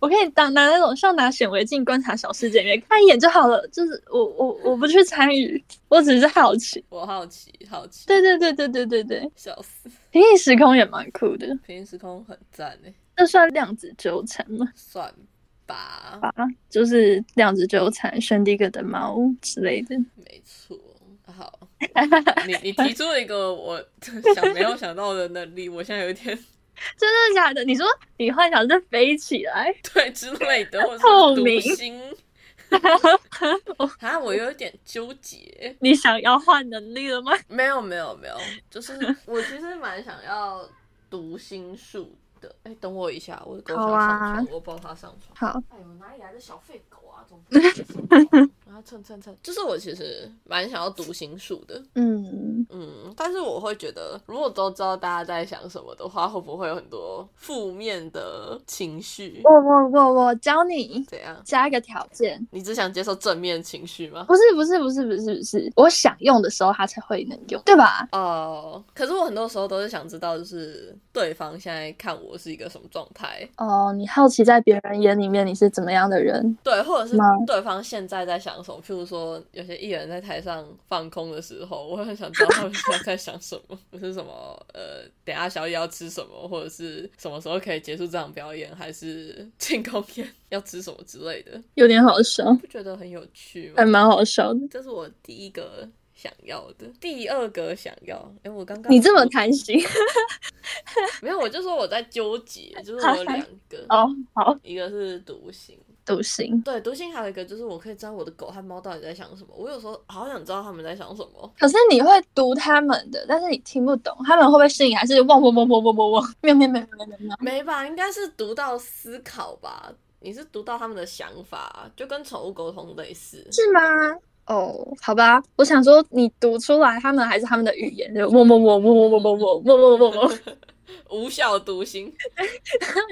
Speaker 2: 我可以当拿那种像拿显微镜观察小世界里面看一眼就好了，就是我我我不去参与，我只是好奇。
Speaker 1: 我好奇，好奇，
Speaker 2: 对对对对对对对，
Speaker 1: 笑死！
Speaker 2: 平行时空也蛮酷的，
Speaker 1: 平行时空很赞欸诶、
Speaker 2: 这算量子纠缠吗？
Speaker 1: 算吧，
Speaker 2: 啊，就是量子纠缠、轩迪格的猫之类的。
Speaker 1: 没错。好， 你你提出了一个我想没有想到的能力，我现在有点
Speaker 2: 真的假的？你说你幻想是飞起 来？
Speaker 1: 对之类的，或者
Speaker 2: 透
Speaker 1: 是
Speaker 2: 明
Speaker 1: 读心啊，我有点纠结。
Speaker 2: 哦你想要换能力了吗？
Speaker 1: 没有没有没有，就是我其实蛮想要读心术的。哎，等我一下，我的狗想
Speaker 2: 好
Speaker 1: 上
Speaker 2: 啊
Speaker 1: 床，我抱它上床。
Speaker 2: 好，
Speaker 1: 哎呦，哪里来的小废狗啊？怎么不接 受？然后蹭蹭蹭，就是我其实蛮想要读心术的，
Speaker 2: 嗯，
Speaker 1: 嗯，但是我会觉得，如果都知道大家在想什么的话，会不会有很多负面的情绪？
Speaker 2: 我我我我教你
Speaker 1: 怎样？
Speaker 2: 加一个条件，
Speaker 1: 你只想接受正面情绪 吗？
Speaker 2: 不是不是不是不是不是，我想用的时候它才会能用，对吧？
Speaker 1: 哦，可是我很多时候都是想知道，就是对方现在看我是一个什么状态，
Speaker 2: 哦，你好奇在别人眼里面你是怎么样的人？
Speaker 1: 对，或者是
Speaker 2: 吗
Speaker 1: 对方现在在想什么。譬如说，有些艺人在台上放空的时候，我会很想知道他们 现在在想什么，不是什么呃，等一下宵夜要吃什么，或者是什么时候可以结束这场表演，还是庆功宴要吃什么之类的，
Speaker 2: 有点好笑，
Speaker 1: 不觉得很有趣吗
Speaker 2: 还？蛮好笑的。
Speaker 1: 这是我第一个想要的，第二个想要。哎，我刚刚
Speaker 2: 你这么贪 心，
Speaker 1: 没有，我就说我在纠结，就是我有两个
Speaker 2: 哦，好，
Speaker 1: 一个是独行。
Speaker 2: 都行。
Speaker 1: 对，独行还有一个就是我可以知道我的狗和猫到底在想什么。我有时候好想知道他们在想什么。
Speaker 2: 可是你会读他们的，但是你听不懂，他们会不会是你还是汪汪汪汪汪汪汪？喵喵喵喵喵喵。
Speaker 1: 没吧？应该是读到思考吧？你是读到他们的想法，就跟宠物沟通类似。
Speaker 2: 是吗？哦，好吧，我想说你读出来，他们还是他们的语言，就我我我我我我我我我我我我，
Speaker 1: 无效读心，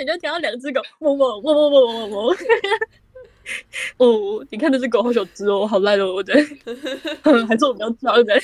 Speaker 2: 你就听到两只狗我我我我我我我。 哦，你看那只狗好小只哦，好赖哦，我觉 得，还是我们要教的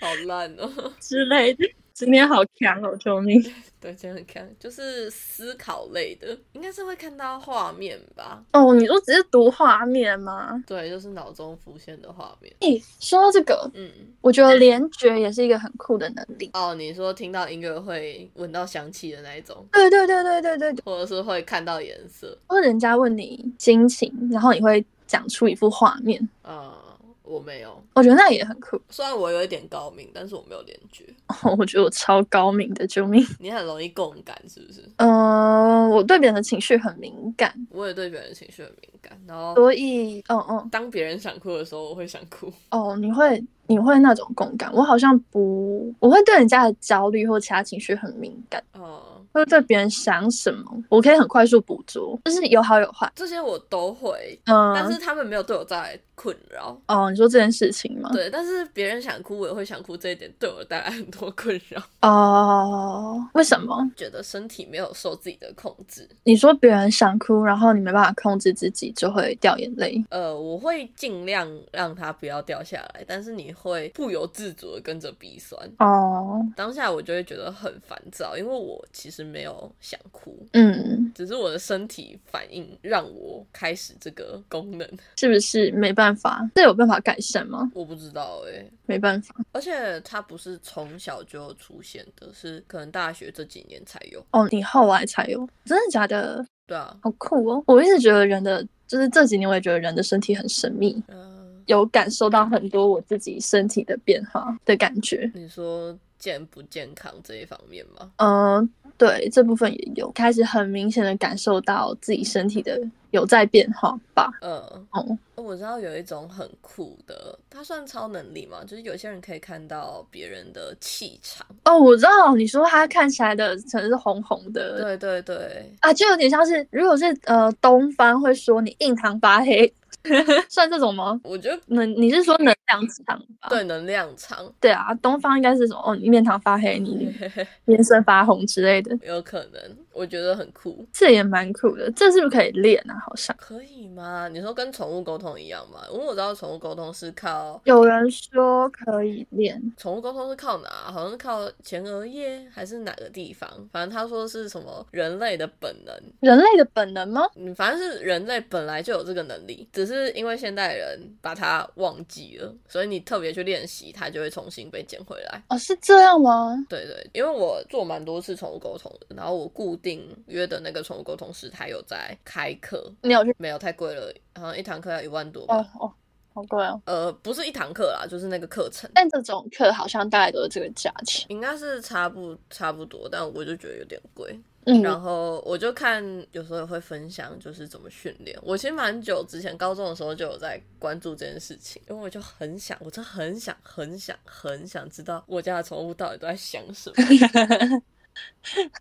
Speaker 1: 好烂哦！
Speaker 2: 之类的。今天好强哦，救命！
Speaker 1: 对，这样看就是思考类的，应该是会看到画面吧？
Speaker 2: 哦，你说只是读画面吗？
Speaker 1: 对，就是脑中浮现的画面。
Speaker 2: 诶，哎说到这个，
Speaker 1: 嗯，
Speaker 2: 我觉得联觉也是一个很酷的能力。
Speaker 1: 哦，你说听到音乐会闻到香气的那一种，
Speaker 2: 对对对对对对对，
Speaker 1: 或者是会看到颜色，
Speaker 2: 或者人家问你心情，然后你会讲出一幅画面，
Speaker 1: 啊、我没有，
Speaker 2: 我觉得那也很酷。
Speaker 1: 虽然我有一点高明，但是我没有联觉。
Speaker 2: 哦，我觉得我超高明的，救命！
Speaker 1: 你很容易共感，是不是？
Speaker 2: 嗯、我对别人的情绪很敏感，
Speaker 1: 我也对别人的情绪很敏感，然后
Speaker 2: 所以，嗯嗯，
Speaker 1: 当别人想哭的时候，我会想哭。
Speaker 2: 哦，你会你会那种共感，我好像不，我会对人家的焦虑或其他情绪很敏感，
Speaker 1: 嗯，
Speaker 2: 会对别人想什么，我可以很快速捕捉，就是有好有坏。
Speaker 1: 这些我都会，
Speaker 2: 嗯，
Speaker 1: 但是他们没有对我带来困扰。
Speaker 2: 哦，你说这件事情吗？
Speaker 1: 对，但是别人想哭，我也会想哭，这一点对我带来很多困扰。
Speaker 2: 哦，为什么？
Speaker 1: 觉得身体没有受自己的控制，
Speaker 2: 你说别人想哭，然后你没办法控制自己，就会掉眼泪。
Speaker 1: 呃，我会尽量让它不要掉下来，但是你会不由自主的跟着鼻酸。
Speaker 2: 哦，
Speaker 1: 当下我就会觉得很烦躁，因为我其实没有想哭，
Speaker 2: 嗯，
Speaker 1: 只是我的身体反应让我开始这个功能，
Speaker 2: 是不是没办法？这有办法改善吗？
Speaker 1: 我不知道诶、
Speaker 2: 没办法。
Speaker 1: 而且它不是从小就出现的，是可能大学这几年才有。
Speaker 2: 哦，你后来才有，真的假的？
Speaker 1: 对啊，
Speaker 2: 好酷哦！我一直觉得人的，就是这几年我也觉得人的身体很神秘，
Speaker 1: 嗯、
Speaker 2: 有感受到很多我自己身体的变化的感觉。
Speaker 1: 你说健不健康这一方面吗？
Speaker 2: 嗯，对，这部分也有开始很明显的感受到自己身体的有在变化吧。
Speaker 1: 嗯，
Speaker 2: 哦，
Speaker 1: 我知道有一种很酷的，它算超能力嘛，就是有些人可以看到别人的气场。
Speaker 2: 哦，我知道你说它看起来的可能是红红的，
Speaker 1: 对对对，
Speaker 2: 啊，就有点像是如果是呃东方会说你印堂发黑， 算这种吗？
Speaker 1: 我觉得
Speaker 2: 能你是说能量场吧？
Speaker 1: 对能量场
Speaker 2: 对啊，东方应该是什么？哦，你面堂发黑，
Speaker 1: 嗯
Speaker 2: 你脸色发红之类的，
Speaker 1: 有可能，我觉得很酷。
Speaker 2: 这也蛮酷的。这是不是可以练啊？好像
Speaker 1: 可以吗？你说跟宠物沟通一样吗？因为我知道宠物沟通是靠
Speaker 2: 有人说可以练，
Speaker 1: 宠物沟通是靠哪？好像是靠前额叶还是哪个地方？反正他说是什么人类的本能，
Speaker 2: 人类的本能吗？
Speaker 1: 嗯，反正是人类本来就有这个能力，只是因为现代人把它忘记了，所以你特别去练习，它就会重新被捡回来。
Speaker 2: 哦，是这样吗？
Speaker 1: 对对，因为我做蛮多次宠物沟通的，然后我固定约的那个宠物沟通师，他有在开课，
Speaker 2: 你有去？
Speaker 1: 没有太贵了，好像一堂课要一万多吧。
Speaker 2: 哦哦，好贵哦。
Speaker 1: 呃，不是一堂课啦，就是那个课程，
Speaker 2: 但这种课好像大概都是这个价钱。
Speaker 1: 应该是差不差不多，但我就觉得有点贵。
Speaker 2: 嗯，
Speaker 1: 然后我就看，有时候也会分享，就是怎么训练。我其实蛮久之前高中的时候就有在关注这件事情，因为我就很想，我真的很想、很想、很想知道我家的宠物到底都在想什 么。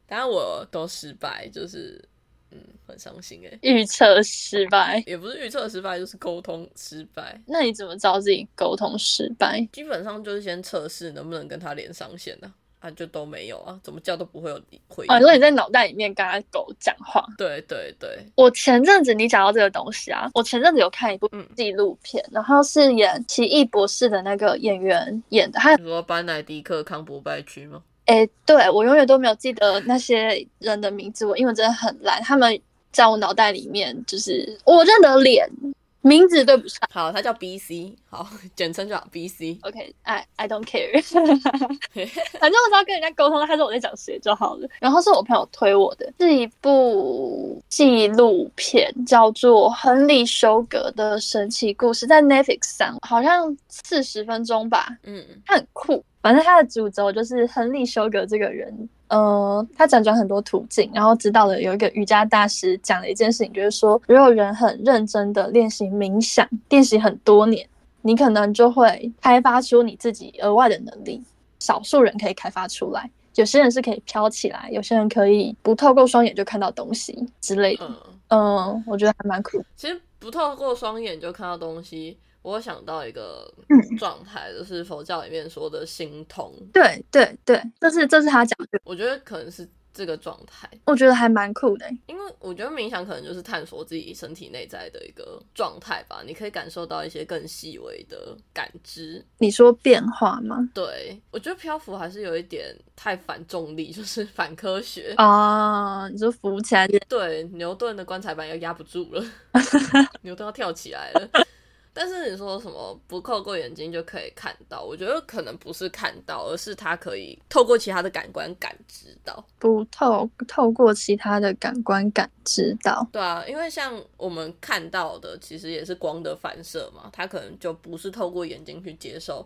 Speaker 1: 当然我都失败，就是嗯，很伤心哎、
Speaker 2: 预测失败，
Speaker 1: 也不是预测失败，就是沟通失败。
Speaker 2: 那你怎么知道自己沟通失败？
Speaker 1: 基本上就是先测试能不能跟它连上线呢、啊，就都没有啊，怎么叫都不会有回应。
Speaker 2: 哦，如果你在脑袋里面跟他狗讲话，
Speaker 1: 对对对，
Speaker 2: 我前阵子你讲到这个东西啊，我前阵子有看一部
Speaker 1: 嗯
Speaker 2: 纪录片，然后是演《奇异博士》的那个演员演的，他
Speaker 1: 你说班乃迪克康伯拜区吗？
Speaker 2: 诶，对我永远都没有记得那些人的名字，我因为真的很烂，他们在我脑袋里面就是我认得脸，名字对不上。
Speaker 1: 好，它叫 BC，好， 简称就好 BC。
Speaker 2: OK，I、I don't care，反正我只要跟人家沟通，他说我在讲谁就好了。然后是我朋友推我的，是一部纪录片，叫做《亨利·休格的神奇故事》，在 Netflix 上，好像四十分钟吧，
Speaker 1: 嗯，
Speaker 2: 它很酷。反正它的主轴就是亨利·休格这个人，呃，他辗转很多途径，然后知道了有一个瑜伽大师讲了一件事情，就是说，如果人很认真的练习冥想，练习很多年，你可能就会开发出你自己额外的能力。少数人可以开发出来，有些人是可以飘起来，有些人可以不透过双眼就看到东西之类的。
Speaker 1: 嗯，
Speaker 2: 嗯、我觉得还蛮酷的。
Speaker 1: 其实不透过双眼就看到东西，我想到一个
Speaker 2: 嗯
Speaker 1: 状态，就是佛教里面说的心通，
Speaker 2: 对对对，这是这是他讲的。
Speaker 1: 我觉得可能是这个状态，
Speaker 2: 我觉得还蛮酷的欸。
Speaker 1: 因为我觉得冥想可能就是探索自己身体内在的一个状态吧，你可以感受到一些更细微的感知。
Speaker 2: 你说变化吗？
Speaker 1: 对我觉得漂浮还是有一点太反重力， 就是反科学。
Speaker 2: 哦，你说浮起来的，
Speaker 1: 对，牛顿的棺材板要压不住了，牛顿要跳起来了。 但是你说什么不透过眼睛就可以看到？我觉得可能不是看到，而是它可以透过其他的感官感知到。
Speaker 2: 不透透过其他的感官感知到。
Speaker 1: 对啊，因为像我们看到的，其实也是光的反射嘛，它可能就不是透过眼睛去接受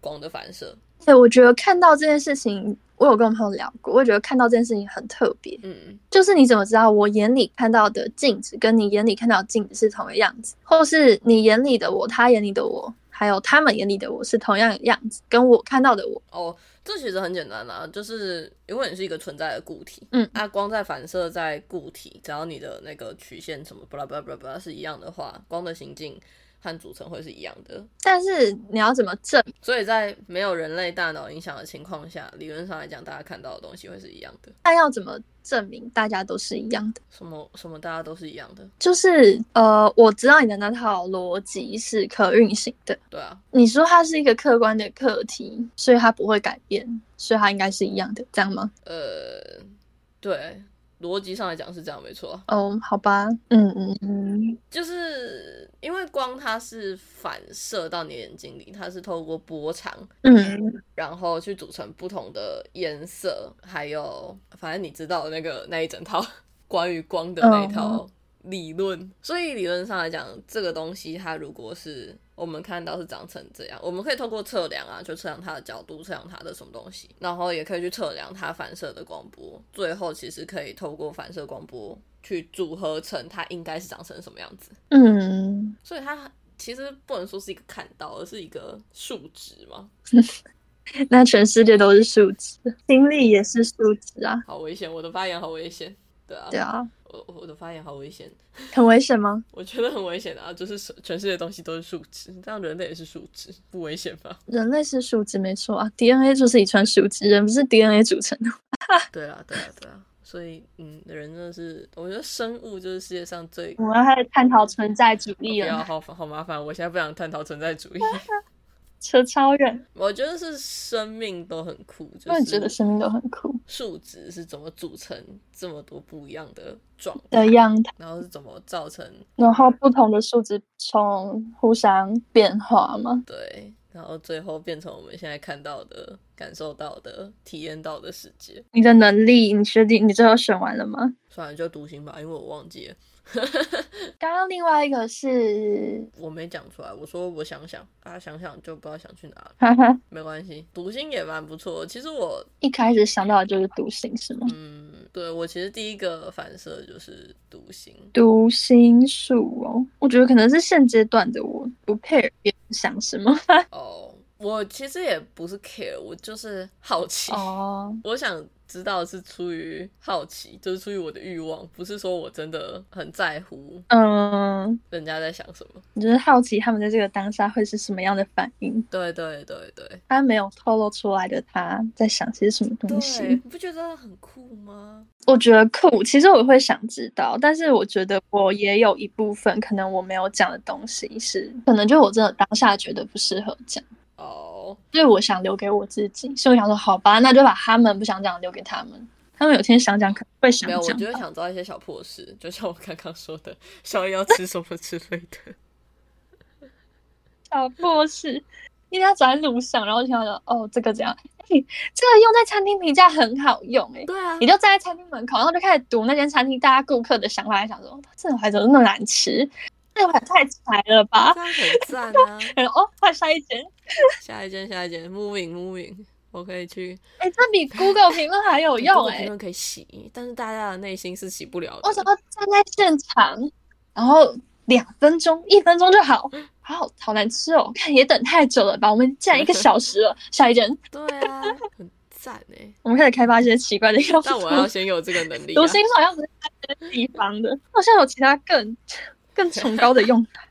Speaker 1: 光的反射。
Speaker 2: 对，我觉得看到这件事情，我有跟我朋友聊过，我觉得看到这件事情很特别，
Speaker 1: 嗯，
Speaker 2: 就是你怎么知道我眼里看到的镜子跟你眼里看到的镜子是同一个样子，或是你眼里的我、他眼里的我，还有他们眼里的我是同样的样子，跟我看到的我，
Speaker 1: 哦，这其实很简单啦、啊就是因为你是一个存在的固体，
Speaker 2: 嗯
Speaker 1: 那、光在反射在固体，只要你的那个曲线什么巴拉巴拉巴拉巴拉是一样的话，光的行进和组成会是一样的。
Speaker 2: 但是你要怎么证？
Speaker 1: 所以在没有人类大脑影响的情况下，理论上来讲，大家看到的东西会是一样的。
Speaker 2: 那要怎么证明大家都是一样的？
Speaker 1: 什么什么，大家都是一样的，
Speaker 2: 就是呃，我知道你的那套逻辑是可运行的，
Speaker 1: 对啊，
Speaker 2: 你说它是一个客观的课题，所以它不会改变，所以它应该是一样的，这样吗？
Speaker 1: 呃，对，逻辑上来讲是这样，没错啊。
Speaker 2: 哦，好吧，嗯嗯嗯，
Speaker 1: 就是因为光它是反射到你眼睛里，它是透过波长，
Speaker 2: 嗯，
Speaker 1: 然后去组成不同的颜色，还有反正你知道那个那一整套关于光的那一套理论。所以理论上来讲，这个东西它如果是我们看到是长成这样，我们可以透过测量啊，就测量它的角度，测量它的什么东西，然后也可以去测量它反射的光波，最后其实可以透过反射光波去组合成它应该是长成什么样子。
Speaker 2: 嗯，
Speaker 1: 所以它其实不能说是一个看到，而是一个数值嘛。
Speaker 2: 那全世界都是数值，经历也是数值啊，
Speaker 1: 好危险，我的发言好危险。对啊，
Speaker 2: 对啊，
Speaker 1: 我我的发言好危险，
Speaker 2: 很危险吗？
Speaker 1: 我觉得很危险啊！就是全世界东西都是数值，这样人类也是数值，不危险吧？
Speaker 2: 人类是数值没错啊，DNA 就是一串数值，人不是 DNA 组成的。
Speaker 1: 对啊，对啊，对啊。所以，嗯，人真的是，我觉得生物就是世界上最……
Speaker 2: 我们还探讨存在主
Speaker 1: 不
Speaker 2: 义
Speaker 1: 要
Speaker 2: 了，
Speaker 1: 好好麻烦，我现在不想探讨存在 主义。
Speaker 2: 扯超人，
Speaker 1: 我觉得是生命都很酷，
Speaker 2: 我也觉
Speaker 1: 就
Speaker 2: 得
Speaker 1: 是
Speaker 2: 生命都很酷
Speaker 1: 数值是怎么组成这么多不一样的状态
Speaker 2: 的，样态，
Speaker 1: 然后是怎么造成
Speaker 2: 然后不同的数值从互相变化嘛。
Speaker 1: 对，然后最后变成我们现在看到的、感受到的、体验到的世界。
Speaker 2: 你的能力，你确定你最后选完了吗？
Speaker 1: 算了，就独行吧，因为我忘记了，
Speaker 2: 刚刚另外一个 是，
Speaker 1: 我没讲出来。我说我想想，啊，想想就不知道想去哪了，
Speaker 2: 哈哈，
Speaker 1: 没关系，独行也蛮不错的。其实我，
Speaker 2: 一开始想到的就是独行是吗？
Speaker 1: 嗯，对我其实第一个反射就是独行。
Speaker 2: 读心术哦，我觉得可能是现阶段的我不 care 别人想什么
Speaker 1: 哦，我其实也不是 care，我就是好奇。
Speaker 2: 哦，
Speaker 1: 我想知道是出于好奇，就是出于我的欲望，不是说我真的很在乎
Speaker 2: 嗯，
Speaker 1: 人家在想什么。
Speaker 2: 你就是好奇他们在这个当下会是什么样的反应，
Speaker 1: 对对对对，
Speaker 2: 他没有透露出来的他在想些什么 东
Speaker 1: 对，
Speaker 2: 西，
Speaker 1: 你不觉得很酷吗？
Speaker 2: 我觉得酷，其实我会想知道，但是我觉得我也有一部分可能我没有讲的东西是，可能就我真的当下觉得不适合讲。
Speaker 1: 哦、
Speaker 2: 所以我想留给我自己，所以我想说，好吧，那就把他们不想讲留给他们，他们有天想讲可能会想
Speaker 1: 没有，我
Speaker 2: 讲
Speaker 1: 就。是想知道一些小破事，就像我刚刚说的，宵夜要吃什么之类的。
Speaker 2: 小博士，因为他走在路上，然后就想到哦，这个怎样？哎、这个用在餐厅评价很好用、哎，
Speaker 1: 对啊
Speaker 2: 你就站在餐厅门口，然后就开始读那间餐厅大家顾客的想法，还想说这种还怎么那么难吃？这碗太柴了吧？
Speaker 1: 这样很赞啊！
Speaker 2: 然后哦，换下一间，
Speaker 1: 下一间，下一间，moving moving，我可以去
Speaker 2: 哎、这比 Google 评论还有用
Speaker 1: 我
Speaker 2: 哎、
Speaker 1: 评论可以洗，但是大家的内心是洗不了的。
Speaker 2: 我想要站在现场，然后两分钟、一分钟就好，好好难吃哦，看也等太久了吧？我们站一个小时了，下一间
Speaker 1: 对啊，很赞哎、
Speaker 2: 我们开始开发一些奇怪的药。
Speaker 1: 但我要先有这个能力、啊
Speaker 2: 读。心术好像不是在这些地方的，好像有其他更更崇高的用法。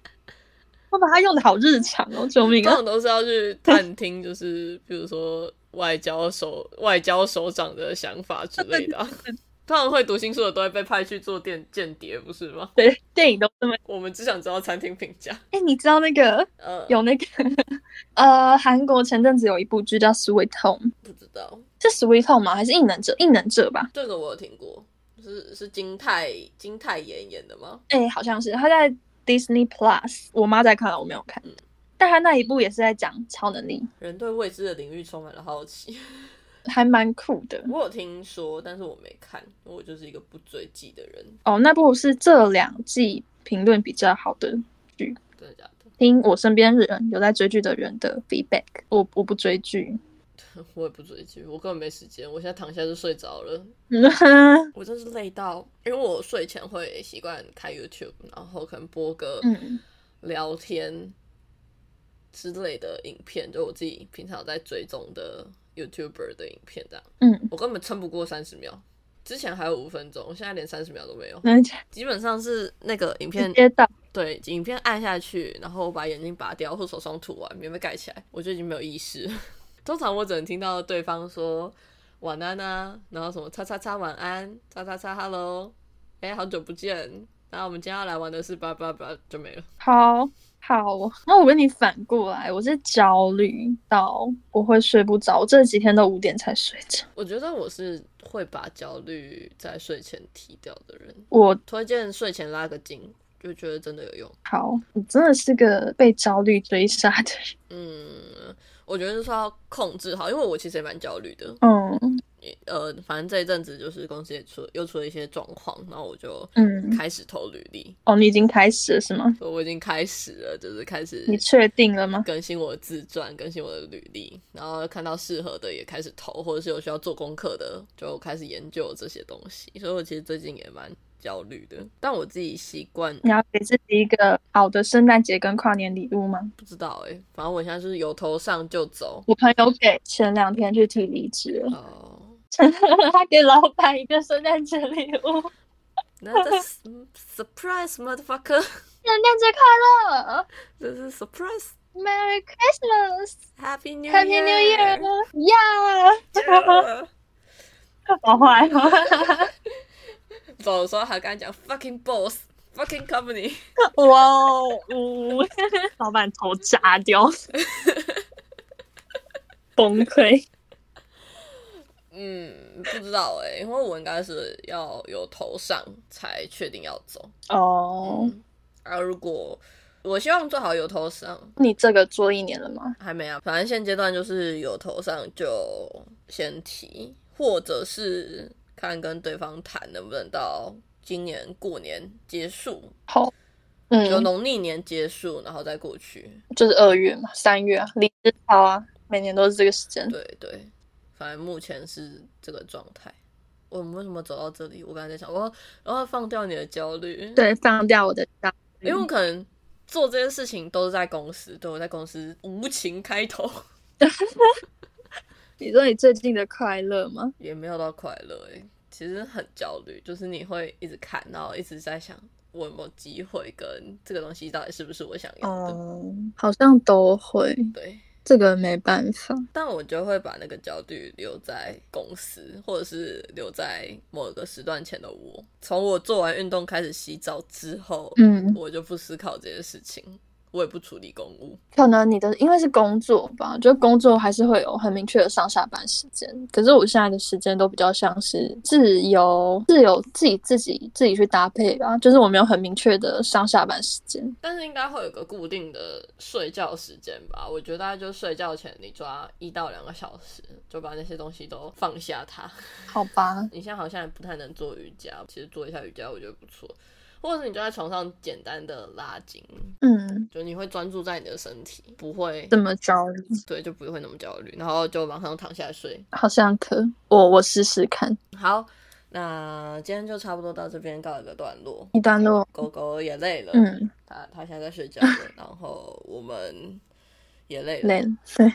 Speaker 2: 我把它用的好日常哦，救命
Speaker 1: 这
Speaker 2: 啊！
Speaker 1: 种都是要去探听，就是比如说外交首外交首长的想法之类的啊、通常会读心术的都会被派去做间间谍，不是吗？
Speaker 2: 对，电影都这么。
Speaker 1: 我们只想知道餐厅评价。
Speaker 2: 哎、你知道那个
Speaker 1: 呃，
Speaker 2: 有那个 呃，韩国前阵子有一部剧叫《Sweet Home》，
Speaker 1: 不知道
Speaker 2: 是《Sweet Home》吗？还是《异能者》？《异能者》吧。
Speaker 1: 这个我有听过，是是金泰金泰妍演的吗？
Speaker 2: 哎、好像是他在 Disney Plus，我妈在看，我没有看。
Speaker 1: 嗯
Speaker 2: 但他那一部也是在讲超能力，
Speaker 1: 人对未知的领域充满了好奇。
Speaker 2: 还蛮酷的。
Speaker 1: 我有听说，但是我没看，我就是一个不追剧的人，
Speaker 2: 哦，那部是这两季评论比较好的，
Speaker 1: 真的假的？
Speaker 2: 听我身边人有在追剧的人的 feedback。我我不追剧，
Speaker 1: 我也不追剧，我根本没时间，我现在躺下就睡着了。
Speaker 2: 嗯
Speaker 1: 我真是累到，因为我睡前会习惯开 YouTube，然后可能播个
Speaker 2: 嗯
Speaker 1: 聊天之类的影片，就我自己平常有在追踪的 YouTuber 的影片这样。
Speaker 2: 嗯，
Speaker 1: 我根本撑不过三十秒，之前还有五分钟，现在连三十秒都没有。
Speaker 2: 那
Speaker 1: 基本上是那个影片
Speaker 2: 直接到
Speaker 1: 对，影片按下去，然后把眼睛拔掉或手上涂完，棉被盖起来，我就已经没有意识了。 通常我只能听到对方说晚安啊，然后什么叉叉叉晚安，叉叉叉 hello，哎、好久不见。然后我们今天要来玩的是叭叭叭，就没了。
Speaker 2: 好好哦。那我跟你反过来，我是焦虑到我会睡不着，我这几天都五点才睡着。
Speaker 1: 我觉得我是会把焦虑在睡前踢掉的人，
Speaker 2: 我
Speaker 1: 推荐睡前拉个筋，就觉得真的有用。
Speaker 2: 好，你真的是个被焦虑追杀的人。
Speaker 1: 嗯，我觉得就是要控制好，因为我其实也蛮焦虑的。
Speaker 2: 嗯
Speaker 1: 呃，反正这一阵子就是公司也出又出了一些状况，然后我就
Speaker 2: 嗯，
Speaker 1: 开始投履历，
Speaker 2: 哦，你已经开始了是吗？
Speaker 1: 所以我已经开始了，就是开始
Speaker 2: 你确定了吗？
Speaker 1: 更新我的自传，更新我的履历，然后看到适合的也开始投，或者是有需要做功课的，就开始研究这些东西。所以我其实最近也蛮焦虑的，但我自己习惯
Speaker 2: 你要给自己一个好的圣诞节跟跨年礼物吗？
Speaker 1: 不知道诶、反正我现在就是由头上就走。
Speaker 2: 我朋友给前两天去提离职了，
Speaker 1: 哦，
Speaker 2: 他给老板一个圣诞节礼物，
Speaker 1: 那这嗯 surprise motherfucker，
Speaker 2: 圣诞节快乐
Speaker 1: 这是 surprise
Speaker 2: ，Merry Christmas，Happy
Speaker 1: happy new
Speaker 2: New Year，Yeah，
Speaker 1: Year
Speaker 2: 好坏哦，
Speaker 1: 走的时候还跟他讲 fucking boss。Fucking company，
Speaker 2: 哇哦，呜，老板头炸掉，崩溃。
Speaker 1: 嗯，不知道哎、因为我应该是要有头上才确定要走。
Speaker 2: 哦，
Speaker 1: 嗯，啊，如果我希望最好有头上，
Speaker 2: 你这个做一年了吗？
Speaker 1: 还没啊，反正现阶段就是有头上就先提，或者是看跟对方谈能不能到今年过年结束，
Speaker 2: 好，
Speaker 1: 就
Speaker 2: 嗯，
Speaker 1: 农历年结束，然后再过去。
Speaker 2: 就是二月嘛，三月啊，离职潮啊，每年都是这个时间。
Speaker 1: 对对，反正目前是这个状态。我们为什么走到这里？我刚才在想，我要我要放掉你的焦虑，，
Speaker 2: 对，放掉我的刀。
Speaker 1: 因为我可能做这些事情都是在公司，对我在公司无情开头，
Speaker 2: 你说你最近的快乐吗？
Speaker 1: 也没有到快乐诶、其实很焦虑，就是你会一直看，然后一直在想我有没有机会跟这个东西到底是不是我想要的，
Speaker 2: 嗯，好像都会，
Speaker 1: 对。
Speaker 2: 这个没办法。
Speaker 1: 但我就会把那个焦虑留在公司，或者是留在某个时段前的我。从我做完运动开始洗澡之后，
Speaker 2: 嗯，
Speaker 1: 我就不思考这些事情，我也不处理公务。
Speaker 2: 可能你的因为是工作吧，就工作还是会有很明确的上下班时间。可是我现在的时间都比较像是自由，自由自己自己自己去搭配吧，就是我没有很明确的上下班时间。
Speaker 1: 但是应该会有个固定的睡觉时间吧？我觉得大概就睡觉前你抓一到两个小时，就把那些东西都放下它。
Speaker 2: 好吧，
Speaker 1: 你现在好像也不太能做瑜伽，其实做一下瑜伽我觉得不错，或者是你就在床上简单的拉筋，
Speaker 2: 嗯，
Speaker 1: 就你会专注在你的身体，不会
Speaker 2: 这么焦虑，
Speaker 1: 对，就不会那么焦虑，然后就马上躺下来睡。
Speaker 2: 好像可我我试试看。
Speaker 1: 好，那今天就差不多到这边告一个段落。
Speaker 2: 一段落，
Speaker 1: 狗狗也累了，
Speaker 2: 嗯，
Speaker 1: 它它现在在睡觉了，然后我们也累了。
Speaker 2: 累了，对，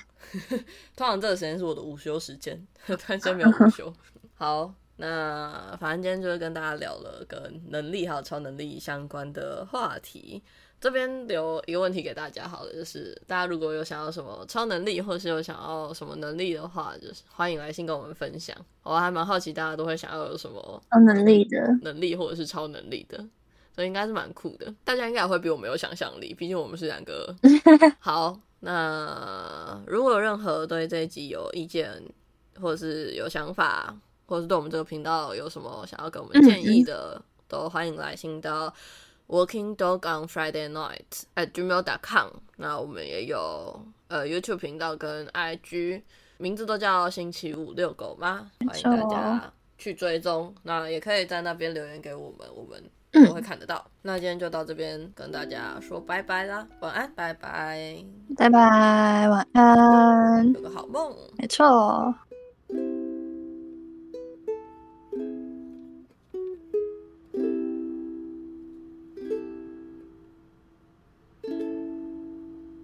Speaker 1: 通常这个时间是我的午休时间， 突然间没有午休。好，那反正今天就是跟大家聊了跟能力还有超能力相关的话题。这边留一个问题给大家好了，就是大家如果有想要什么超能力，或是有想要什么能力的话，就是欢迎来信跟我们分享。我还蛮好奇大家都会想要有什么
Speaker 2: 超能力的，
Speaker 1: 能力或者是超能力的，所以应该是蛮酷的。大家应该也会比我们有想象力，毕竟我们是两个。好，那如果有任何对这一集有意见，或者是有想法，或者是对我们这个频道有什么想要给我
Speaker 2: 嗯
Speaker 1: 们建议的，都欢迎来信到 Working Dog on Friday Night at gmail.com。那我们也有呃 YouTube 频道跟 IG，名字都叫星期五遛狗吗？欢迎
Speaker 2: 错
Speaker 1: 大家去追踪，那也可以在那边留言给我们，我
Speaker 2: 嗯
Speaker 1: 们都会看得到。那今天就到这边跟大家说拜拜啦，晚安，拜拜，
Speaker 2: 拜拜，晚安，
Speaker 1: 有个好梦。
Speaker 2: 没错。